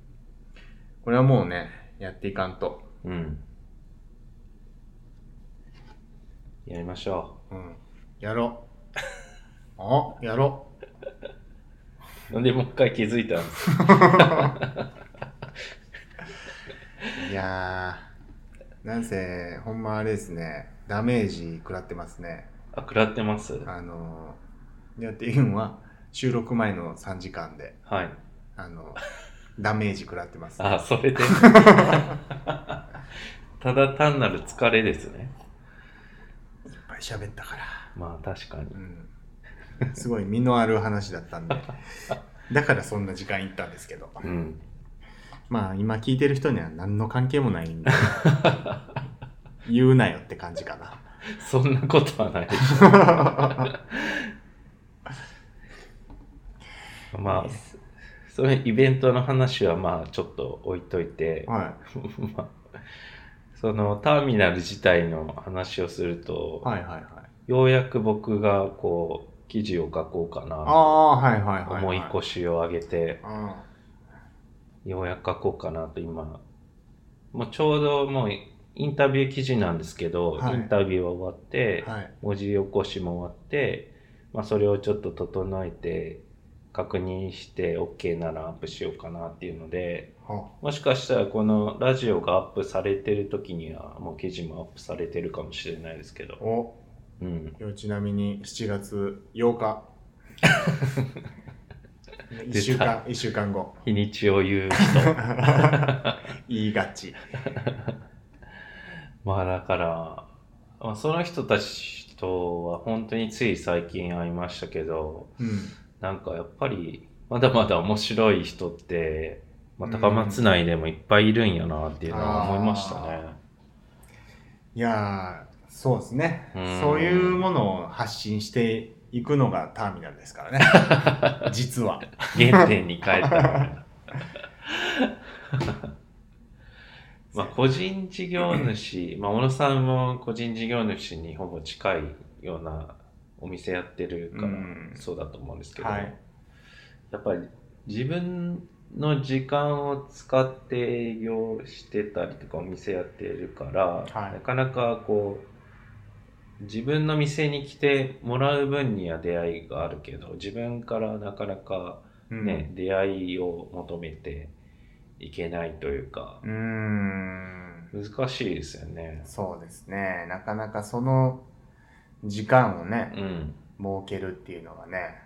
[SPEAKER 1] これはもうね、やっていかんと。
[SPEAKER 2] うん。やりましょ
[SPEAKER 1] うん。やろう。 あ、やろ
[SPEAKER 2] う。なんでもう一回気づいたんです
[SPEAKER 1] う。いやー、なんせ、ほんまあれですね、ダメージ食らってますね。
[SPEAKER 2] あ、食らってます。
[SPEAKER 1] あのー、やっていうのは、収録前の3時間で。
[SPEAKER 2] はい。
[SPEAKER 1] あの、ダメージ食らってます。
[SPEAKER 2] あ、そ れで。ただ単なる疲れですね。
[SPEAKER 1] いっぱい喋ったから。
[SPEAKER 2] まあ確かに
[SPEAKER 1] う。ん。すごい身のある話だったんで、だからそんな時間いったんですけど、
[SPEAKER 2] うん。
[SPEAKER 1] まあ今聞いてる人には何の関係もないんで、言うなよって感じかな。
[SPEAKER 2] そんなこと はないでしょ。まあ、そのイベントの話はまあちょっと置いといて、
[SPEAKER 1] は
[SPEAKER 2] まあそのターミナル自体の話をすると、
[SPEAKER 1] い、はいはいはい。
[SPEAKER 2] ようやく僕がこう記事を書こうか
[SPEAKER 1] あ
[SPEAKER 2] な
[SPEAKER 1] あー、はいはいはい、はい。
[SPEAKER 2] 思い越しを上げて
[SPEAKER 1] うん。
[SPEAKER 2] ようやく書こうかなと今もうちょうどもうインタビュー記事なんですけど、
[SPEAKER 1] はい
[SPEAKER 2] インタビューは終わって、
[SPEAKER 1] はい。
[SPEAKER 2] 文字起こしも終わって、まあ、それをちょっと整えて確認して OK ならアップしようかなっていうので
[SPEAKER 1] は
[SPEAKER 2] もしかしたらこのラジオがアップされてる時にはもう記事もアップされてるかもしれないですけど、
[SPEAKER 1] お、
[SPEAKER 2] うん、
[SPEAKER 1] 今日ちなみに7月8日。1週間、一週間 後。
[SPEAKER 2] 日にちを言う人
[SPEAKER 1] 言いがち。
[SPEAKER 2] まあだから、まあ、その人たちとは本当につい最近会いましたけど
[SPEAKER 1] うん。
[SPEAKER 2] なんかやっぱりまだまだ面白い人って、まあ、高松内でもいっぱいいるんやなっていうのは思いましたね。
[SPEAKER 1] いやー、そうですね
[SPEAKER 2] うん。
[SPEAKER 1] そういうものを発信していくのがターミナルですからね。 実は。
[SPEAKER 2] 原点に帰ったみたい な。まあ個人事業主、まあ、小野さんも個人事業主にほぼ近いようなお店やってるから
[SPEAKER 1] うん
[SPEAKER 2] そうだと思うんですけど、
[SPEAKER 1] はい
[SPEAKER 2] やっぱり自分の時間を使って営業してたりとかお店やってるから、
[SPEAKER 1] はい
[SPEAKER 2] なかなかこう自分の店に来てもらう分には出会いがあるけど自分からなかなか
[SPEAKER 1] うん
[SPEAKER 2] ね、出会いを求めていけないというか
[SPEAKER 1] うーん。
[SPEAKER 2] 難しいですよね。
[SPEAKER 1] そうですね。なかなかその時間をね
[SPEAKER 2] う、ん、
[SPEAKER 1] 設けるっていうのがね。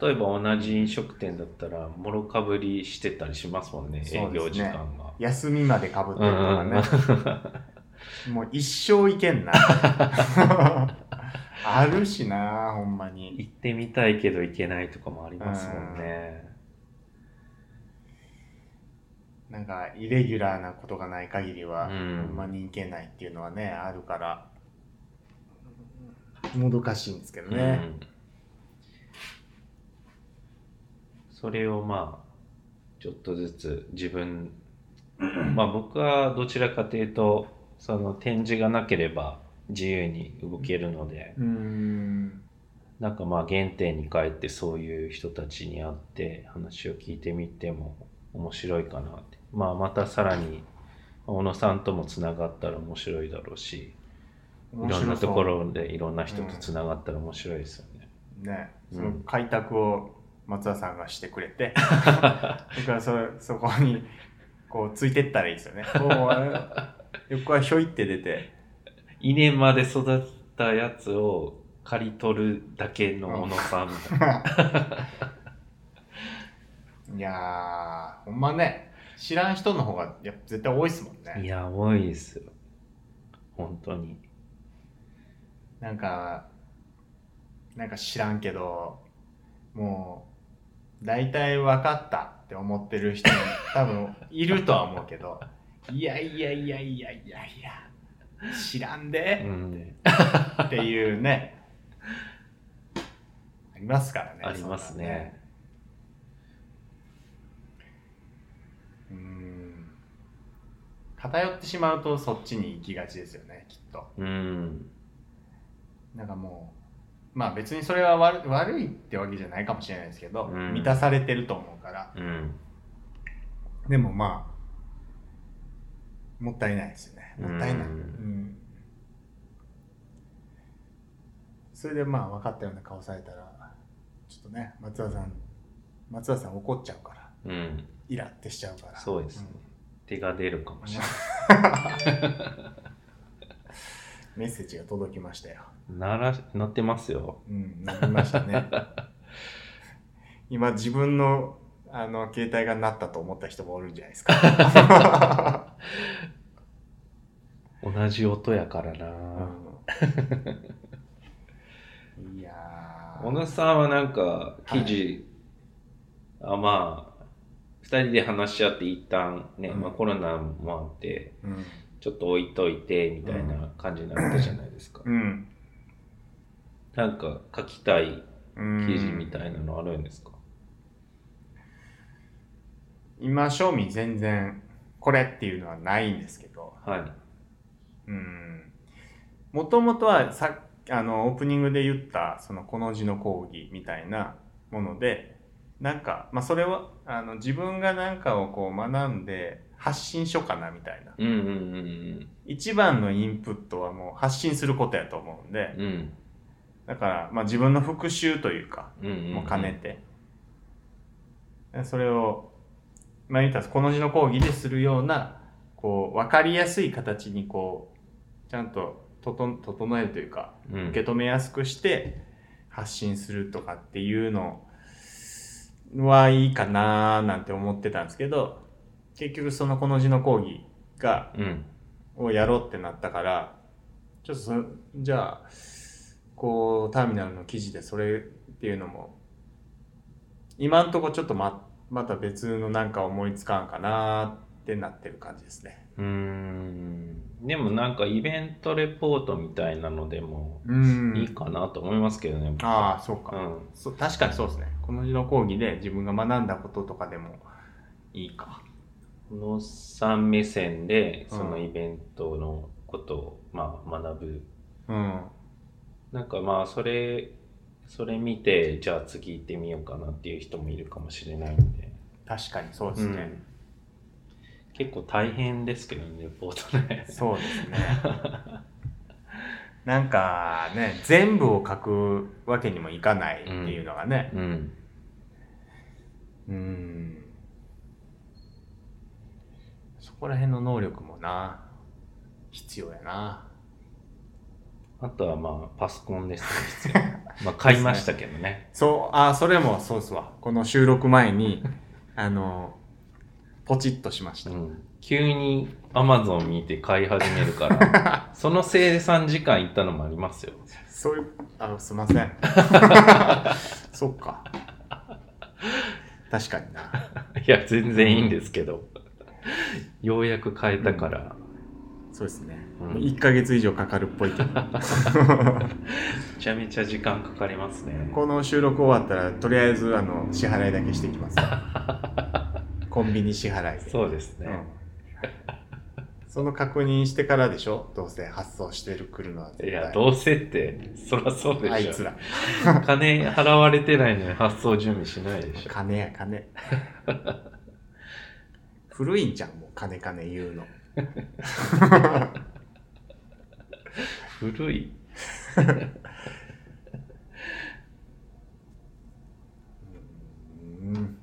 [SPEAKER 2] 例えば同じ飲食店だったらもろかぶりしてたりしますもんね
[SPEAKER 1] そうですね
[SPEAKER 2] 営業時間が。
[SPEAKER 1] 休みまでかぶって
[SPEAKER 2] う
[SPEAKER 1] る
[SPEAKER 2] ん
[SPEAKER 1] と
[SPEAKER 2] う
[SPEAKER 1] か
[SPEAKER 2] ん
[SPEAKER 1] ね。もう一生いけんな。あるしな、ほんまに。
[SPEAKER 2] 行ってみたいけど行けないとかもありますもんね。
[SPEAKER 1] なんか、イレギュラーなことがない限りは、
[SPEAKER 2] うん
[SPEAKER 1] ほんまにいけないっていうのはね、あるから、もどかしいんですけど
[SPEAKER 2] う
[SPEAKER 1] ね。
[SPEAKER 2] んそれをまあちょっとずつ自 分まあ僕はどちらかというとその展示がなければ自由に動けるので、
[SPEAKER 1] うーん。
[SPEAKER 2] なんかまあ原点に帰ってそういう人たちに会って話を聞いてみても面白いかなってまあまたさらに小野さんともつながったら面白いだろうしい
[SPEAKER 1] 面白
[SPEAKER 2] ろ
[SPEAKER 1] そうん
[SPEAKER 2] なところでいろんな人とつながったら面白いですよね。
[SPEAKER 1] ね、
[SPEAKER 2] うん
[SPEAKER 1] その開拓を松田さんがしてくれて、 僕はそそこにこうついてったらいいです よね。もうあれ横はひょいって出て、
[SPEAKER 2] 稲まで育ったやつを刈り取るだけの小野さんみたいな。
[SPEAKER 1] いやー、ほんまね、知らん人の方がやっぱ絶対多いですもん
[SPEAKER 2] い
[SPEAKER 1] ね。
[SPEAKER 2] や、多いですよ。本当に。
[SPEAKER 1] なんか、なんか知らんけど、もう、大体分かったって思ってる人も多分いるとは思うけど、いやいやいやいやいやいや、知らんで。
[SPEAKER 2] うん、
[SPEAKER 1] っていうね。ありますからね。
[SPEAKER 2] ありますね。
[SPEAKER 1] そんなんね。うん。偏ってしまうとそっちに行きがちですよね、きっと。
[SPEAKER 2] うん。
[SPEAKER 1] なんかもう、まあ別にそれは悪悪いってわけじゃないかもしれないですけど、
[SPEAKER 2] うん
[SPEAKER 1] 満たされてると思うから。
[SPEAKER 2] うん。
[SPEAKER 1] でもまあ、もったいないですよね。もったいない。
[SPEAKER 2] う
[SPEAKER 1] うんん。それでまあ分かったような顔されたら、ちょっとね、松田さん、松田さん怒っちゃうから、
[SPEAKER 2] うん。
[SPEAKER 1] イラってしちゃうから。
[SPEAKER 2] そうですね。手が出るかもしれない。
[SPEAKER 1] うんメッセージが届きましたよ。
[SPEAKER 2] なら、なってますよ。
[SPEAKER 1] うん、なりました ね。今自分のあの携帯がなったと思った人もおるんじゃないですか。
[SPEAKER 2] 同じ音やからな、
[SPEAKER 1] いやー、
[SPEAKER 2] 小野さんはなんか記事、あまあ2人で話し合って一旦ね、
[SPEAKER 1] うん
[SPEAKER 2] まあ、コロナもあって
[SPEAKER 1] うん
[SPEAKER 2] ちょっと置いといてみたいな感じになったじゃないですか、
[SPEAKER 1] うん
[SPEAKER 2] なんか書きたい
[SPEAKER 1] うん
[SPEAKER 2] 記事みたいなのあるんですか、
[SPEAKER 1] 今正味全然これっていうのはないんですけど
[SPEAKER 2] はい
[SPEAKER 1] もともとはさあのオープニングで言ったそのこの字の講義みたいなものでなんか、まあ、それはあの自分が何かをこう学んで発信しようかなみたいな
[SPEAKER 2] うんうん
[SPEAKER 1] 一番のインプットはもう発信することやと思うんで
[SPEAKER 2] うんうん
[SPEAKER 1] だから、まあ、自分の復習というか
[SPEAKER 2] うんうんうん
[SPEAKER 1] も兼ねて、それを、まあ、言ったらこの字の講義でするようなこう分かりやすい形にこうちゃんと整整えるというか
[SPEAKER 2] うん
[SPEAKER 1] 受け止めやすくして発信するとかっていうのはいいかなーなんて思ってたんですけど結局そのこの字の講義が
[SPEAKER 2] うん
[SPEAKER 1] をやろうってなったからちょっとそじゃあこうターミナルの記事でそれっていうのも今んとこちょっとままた別のなんか思いつかんかなってなってる感じですね。
[SPEAKER 2] うーんでもなんかイベントレポートみたいなのでも
[SPEAKER 1] うん
[SPEAKER 2] いいかなと思いますけどね、僕
[SPEAKER 1] ああそうか、
[SPEAKER 2] うん
[SPEAKER 1] そ確かにそうですねこの字の講義で自分が学んだこととかでもいいか。
[SPEAKER 2] この3目線で
[SPEAKER 1] うん
[SPEAKER 2] そのイベントのことを、まあ、学ぶ
[SPEAKER 1] うん、
[SPEAKER 2] なんかまあそれそれ見てじゃあ次行ってみようかなっていう人もいるかもしれないんで、
[SPEAKER 1] 確かにそうですね。
[SPEAKER 2] うん結構大変ですけどねレポートね
[SPEAKER 1] そうですね。なんかね、全部を書くわけにもいかないっていうのがね。
[SPEAKER 2] うん
[SPEAKER 1] うん。そこら辺の能力もな、必要やな。
[SPEAKER 2] あとはまあパソコンですね必要 まあ買いましたけどね
[SPEAKER 1] そう、あ、それもそうっすわ。この収録前 に、あの、ポチッとしました。
[SPEAKER 2] うん、急に Amazon 見て買い始めるから そのせいで3時間行ったのもありますよ
[SPEAKER 1] そういう、あ、すいませ ん。そっか。確かにな。
[SPEAKER 2] いや全然いいんですけどようやく買えたから、
[SPEAKER 1] そうですね。
[SPEAKER 2] うん
[SPEAKER 1] 1ヶ月以上かかるっぽいけ ど。
[SPEAKER 2] めちゃめちゃ時間かかりますね
[SPEAKER 1] この収録終わったらとりあえずあの支払いだけしてきますコンビニ支払いで
[SPEAKER 2] そうです
[SPEAKER 1] う
[SPEAKER 2] ね、
[SPEAKER 1] んその確認してからでしょどうせ発送してるくるのは絶対
[SPEAKER 2] いやどうせってそりゃそうでしょ
[SPEAKER 1] あいつら
[SPEAKER 2] 金払われてないのに発送準備しないでしょ
[SPEAKER 1] 金や 金古いんじゃんもう金金言うの
[SPEAKER 2] 古い
[SPEAKER 1] うん、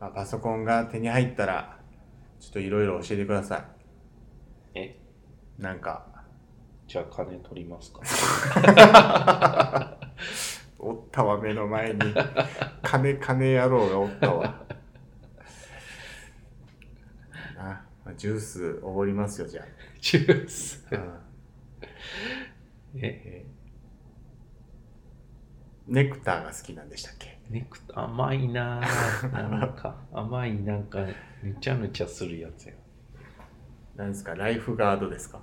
[SPEAKER 1] まあ、パソコンが手に入ったらちょっといろいろ教えてくださ
[SPEAKER 2] え
[SPEAKER 1] いなんか
[SPEAKER 2] じゃあ金取りますか
[SPEAKER 1] おったわ、目の前 に。金、金野郎がおったわ。 なまあジュースおごりますよ、じゃあ。
[SPEAKER 2] ジュース
[SPEAKER 1] うんえ
[SPEAKER 2] え
[SPEAKER 1] ネクターが好きなんでしたっけ
[SPEAKER 2] ネクタ甘いなぁなんか甘いなんかぬちゃぬちゃするやつや
[SPEAKER 1] 何ですかライフガードですか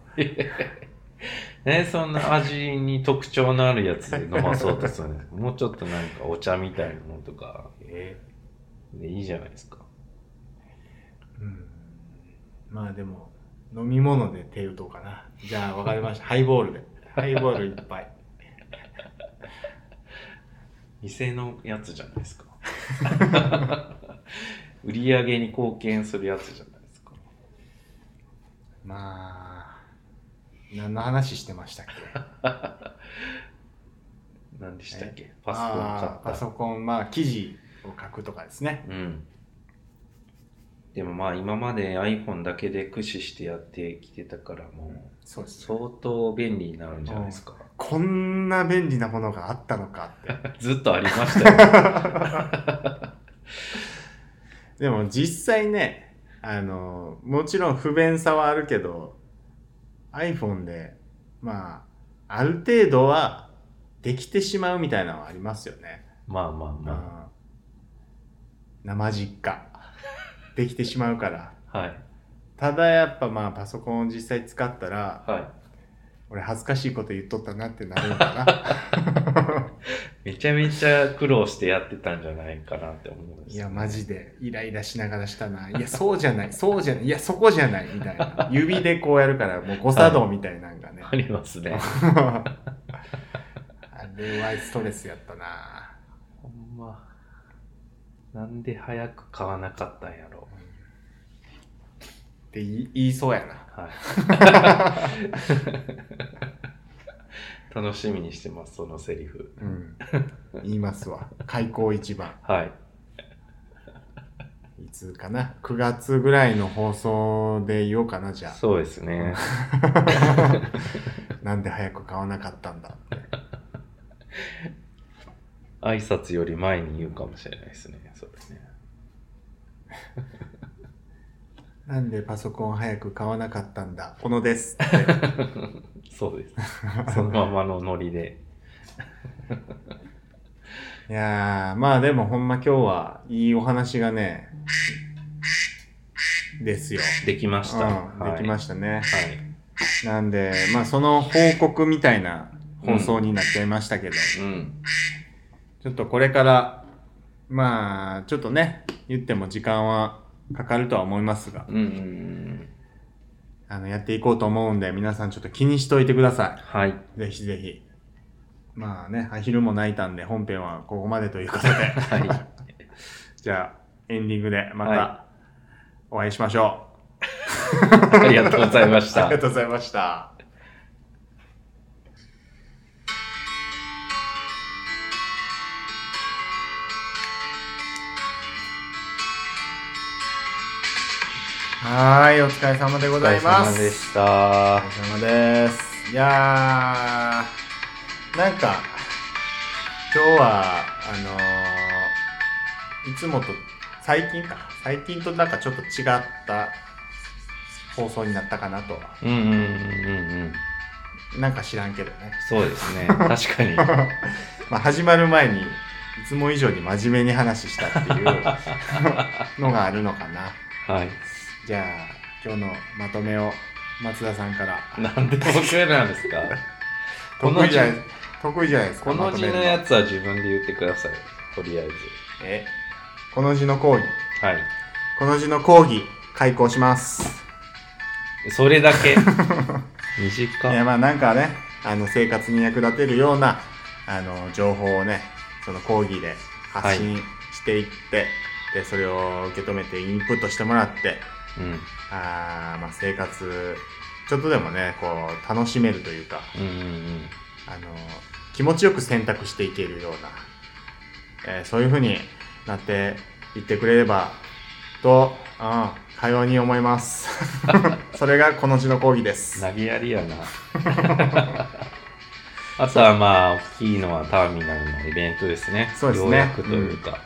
[SPEAKER 2] ねそんな味に特徴のあるやつで飲まそうとするんですもうちょっとなんかお茶みたいなのとか
[SPEAKER 1] え
[SPEAKER 2] でいいじゃないですか
[SPEAKER 1] うん。まあでも、飲み物で手打とうかな。じゃあ、わかりました。ハイボールで。ハイボールいっぱい。
[SPEAKER 2] 店のやつじゃないですか売り上げに貢献するやつじゃないですか
[SPEAKER 1] まあ、何の話してましたっけ
[SPEAKER 2] 何でしたっけ
[SPEAKER 1] パ
[SPEAKER 2] パソコン買った
[SPEAKER 1] パソコン、まあ、記事を書くとかですね。
[SPEAKER 2] うん。でもまあ今まで iPhone だけで駆使してやってきてたからもう
[SPEAKER 1] そうですね。
[SPEAKER 2] 相当便利になるんじゃないですか。
[SPEAKER 1] こんな便利なものがあったのかって。
[SPEAKER 2] ずっとありましたよ。
[SPEAKER 1] でも実際ね、あの、もちろん不便さはあるけど、iPhone で、まあ、ある程度はできてしまうみたいなのはありますよね。
[SPEAKER 2] まあまあ
[SPEAKER 1] う
[SPEAKER 2] ま
[SPEAKER 1] ん、生実家。できてしまうから。
[SPEAKER 2] あ。はい。
[SPEAKER 1] ただやっぱまあパソコンを実際使ったら、
[SPEAKER 2] は
[SPEAKER 1] 俺恥ずかしいこと言っとったなってなるのかな。
[SPEAKER 2] い。めちゃめちゃ苦労してやってたんじゃないかなって思うんです
[SPEAKER 1] いや、マジでイライラしながらしたな。いや、そうじゃない、そうじゃない、いや、そこじゃない、みたいな。指でこうやるから、もう誤作動みたいなのがね。
[SPEAKER 2] ありますね。
[SPEAKER 1] あれはストレスやったな。
[SPEAKER 2] ほんま。なんで早く買わなかったんやろ
[SPEAKER 1] って言い言いそうやな。
[SPEAKER 2] う。はい。 楽しみにしてます、そのセリフ。
[SPEAKER 1] うん。言いますわ。開口一番。
[SPEAKER 2] はい。
[SPEAKER 1] いつかな。9月ぐらいの放送で言おうかな、じゃ
[SPEAKER 2] そうですね。
[SPEAKER 1] あ。なんで早く買わなかったんだって。
[SPEAKER 2] 挨拶より前に言うかもしれないですね。そうですね。
[SPEAKER 1] なんでパソコン早く買わなかったんだ。このです。
[SPEAKER 2] そうです。そのままのノリで。
[SPEAKER 1] いやー、まあでもほんま今日はいいお話がね、ですよ。
[SPEAKER 2] できました。
[SPEAKER 1] うん、できま
[SPEAKER 2] し
[SPEAKER 1] したね。
[SPEAKER 2] た。はい。
[SPEAKER 1] なんで、まあその報告みたいな放送になっちゃいましたけど、
[SPEAKER 2] うん。
[SPEAKER 1] ちょっとこれから、まあちょっとね、言っても時間はかかるとは思いますが、
[SPEAKER 2] うんうんうん。
[SPEAKER 1] あの、やっていこうと思うんで、皆さんちょっと気にしといてくださ
[SPEAKER 2] はい。
[SPEAKER 1] い。ぜひぜひ。まあね、アヒルも泣いたんで、本編はここまでということで、
[SPEAKER 2] はい。
[SPEAKER 1] じゃあエンディングでま
[SPEAKER 2] は
[SPEAKER 1] たお会いしましょ
[SPEAKER 2] ありがとうございまし
[SPEAKER 1] う。あり
[SPEAKER 2] た
[SPEAKER 1] が。とうございました。はーい、お疲れ様でございま。
[SPEAKER 2] お疲れ様ですした。は
[SPEAKER 1] お疲れ様です。いやー、なんか、今日は、あのーいつもと、最近か、最近となんかちょっと違った放送になったかなとは、
[SPEAKER 2] うんうんうんうんうん。
[SPEAKER 1] なんか知らんけどね。
[SPEAKER 2] そうですね。確かに。
[SPEAKER 1] まあ始まる前に、いつも以上に真面目に話したっていうのがあるのかな。
[SPEAKER 2] はい。
[SPEAKER 1] じゃあ、今日のまとめを松田さんから。
[SPEAKER 2] なんで僕なんですかこの
[SPEAKER 1] 得意じゃない
[SPEAKER 2] 字
[SPEAKER 1] 得意じゃないですか
[SPEAKER 2] この字の
[SPEAKER 1] ま
[SPEAKER 2] や
[SPEAKER 1] とめる
[SPEAKER 2] つは自分で言ってください。とりあえず。
[SPEAKER 1] えこの字の講義
[SPEAKER 2] はい。
[SPEAKER 1] この字の講義開講します
[SPEAKER 2] それ だけ。
[SPEAKER 1] いや
[SPEAKER 2] 短い。
[SPEAKER 1] まあなんかねあの生活に役立てるようなあの情報をねその講義で発信していって、でそれを受け止めてインプットしてもらって
[SPEAKER 2] うん。うん
[SPEAKER 1] あーまあ生活ちょっとでもねこう楽しめるというか
[SPEAKER 2] うん
[SPEAKER 1] あの気持ちよく選択していけるような、えーそういうふうになっていってくれればと、うん、かように思います それがこの字の講義で
[SPEAKER 2] うん。
[SPEAKER 1] す
[SPEAKER 2] 投げやりやな。 あとはまあ、大きいのはターミナルのイベントですね。
[SPEAKER 1] そうですね
[SPEAKER 2] ようやくというか。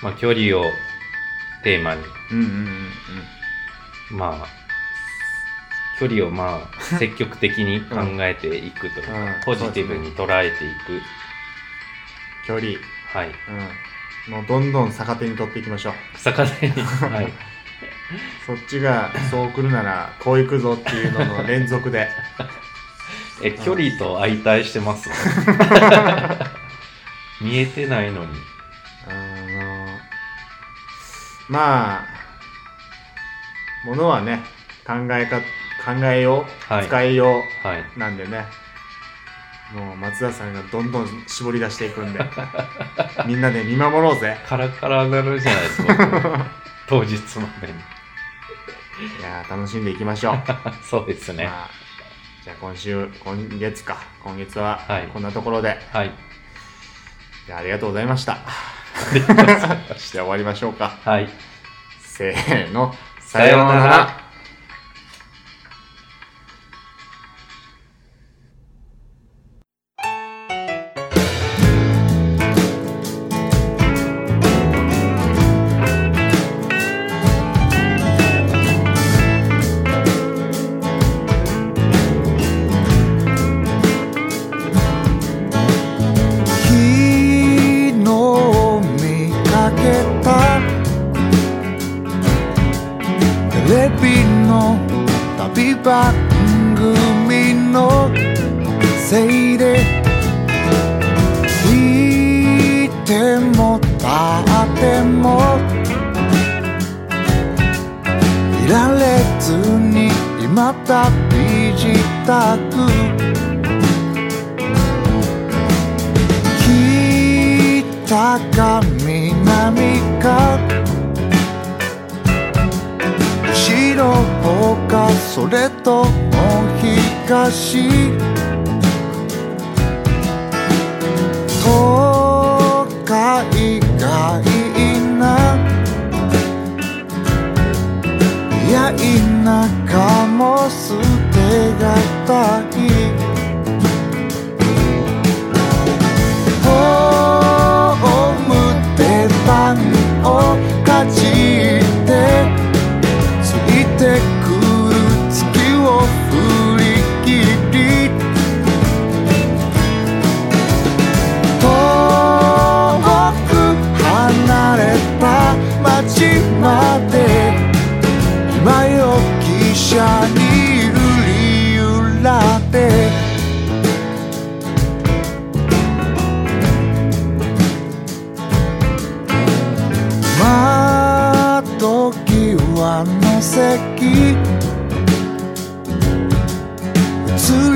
[SPEAKER 2] まあ、距離をテーマに。
[SPEAKER 1] うんうんうん
[SPEAKER 2] まあ、距離をまあ、積極的に考えていくというか、
[SPEAKER 1] うんうん
[SPEAKER 2] ポジティブに捉えていく。
[SPEAKER 1] 距離、
[SPEAKER 2] はい。
[SPEAKER 1] うん、もうどんどん逆手に取っていきましょう
[SPEAKER 2] 逆手に。 はい。
[SPEAKER 1] そっちがそう来るならこう行くぞっていうのの連続で
[SPEAKER 2] え、距離と相対し てます。見えてないのに。
[SPEAKER 1] あのまあものはね考えか考えよう、
[SPEAKER 2] はい
[SPEAKER 1] 使いよう
[SPEAKER 2] はい。
[SPEAKER 1] なんでね、もう松田さんがどんどん絞り出していくん で、みんなで見守ろうぜ。
[SPEAKER 2] カラカラになるじゃないですか。当日までに。
[SPEAKER 1] いやー、楽しんでいきまし ょう。
[SPEAKER 2] そうですね。
[SPEAKER 1] まあ、じゃあ今週、今月か、今月は
[SPEAKER 2] はい
[SPEAKER 1] こんなところで、
[SPEAKER 2] はい。
[SPEAKER 1] じゃあありがとうございました。
[SPEAKER 2] できます
[SPEAKER 1] して終わりましょうか。
[SPEAKER 2] はい。
[SPEAKER 1] せーの、
[SPEAKER 2] さようなら。
[SPEAKER 3] 「番組のせいでいてもたってもいられずに今たび自宅北か南か後ろかそれとも東東海がいいないや田舎も捨てがたいホームでパンをかじってついてくる月を振り切り遠く離れた街まで今よ汽車にゆりゆらで窓際の席映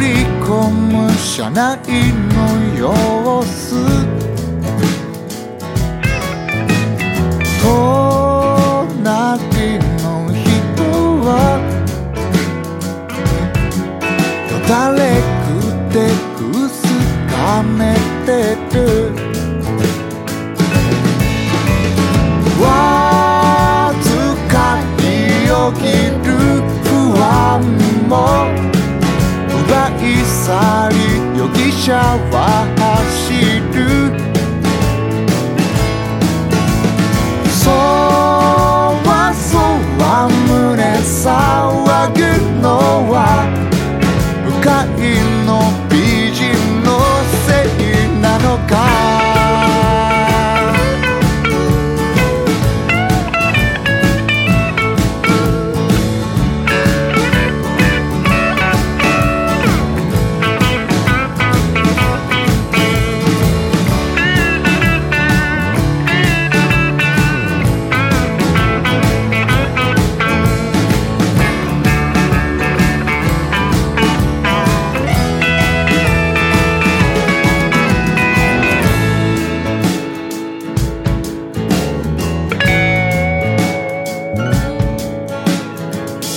[SPEAKER 3] り込む車内の様子隣の人はよだれくてくすかめてるわずかに起きる不安も奪い去り容疑者は走るそわそわ胸騒ぐのは向かいの美人のせいなのか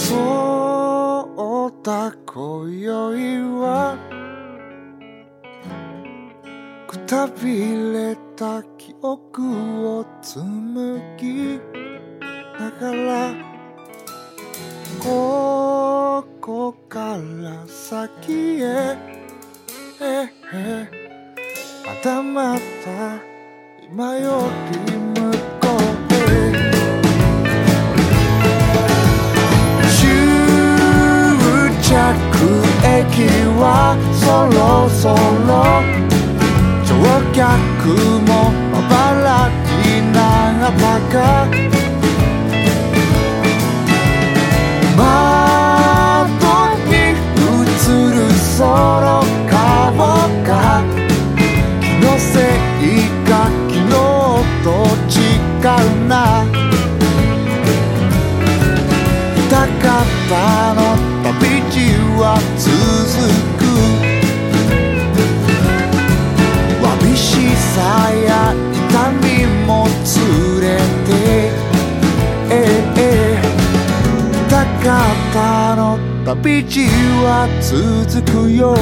[SPEAKER 3] そうだ今宵はくたびれた記憶を紡ぎながらここから先へええまたまた今より向こうへ終着駅はそろそろ乗客もまばらになったか窓に映るその顔が気のせいか昨日と違うな高田の旅路は続くわびしさや痛みも連れて、ええ、高田の旅路は続くよ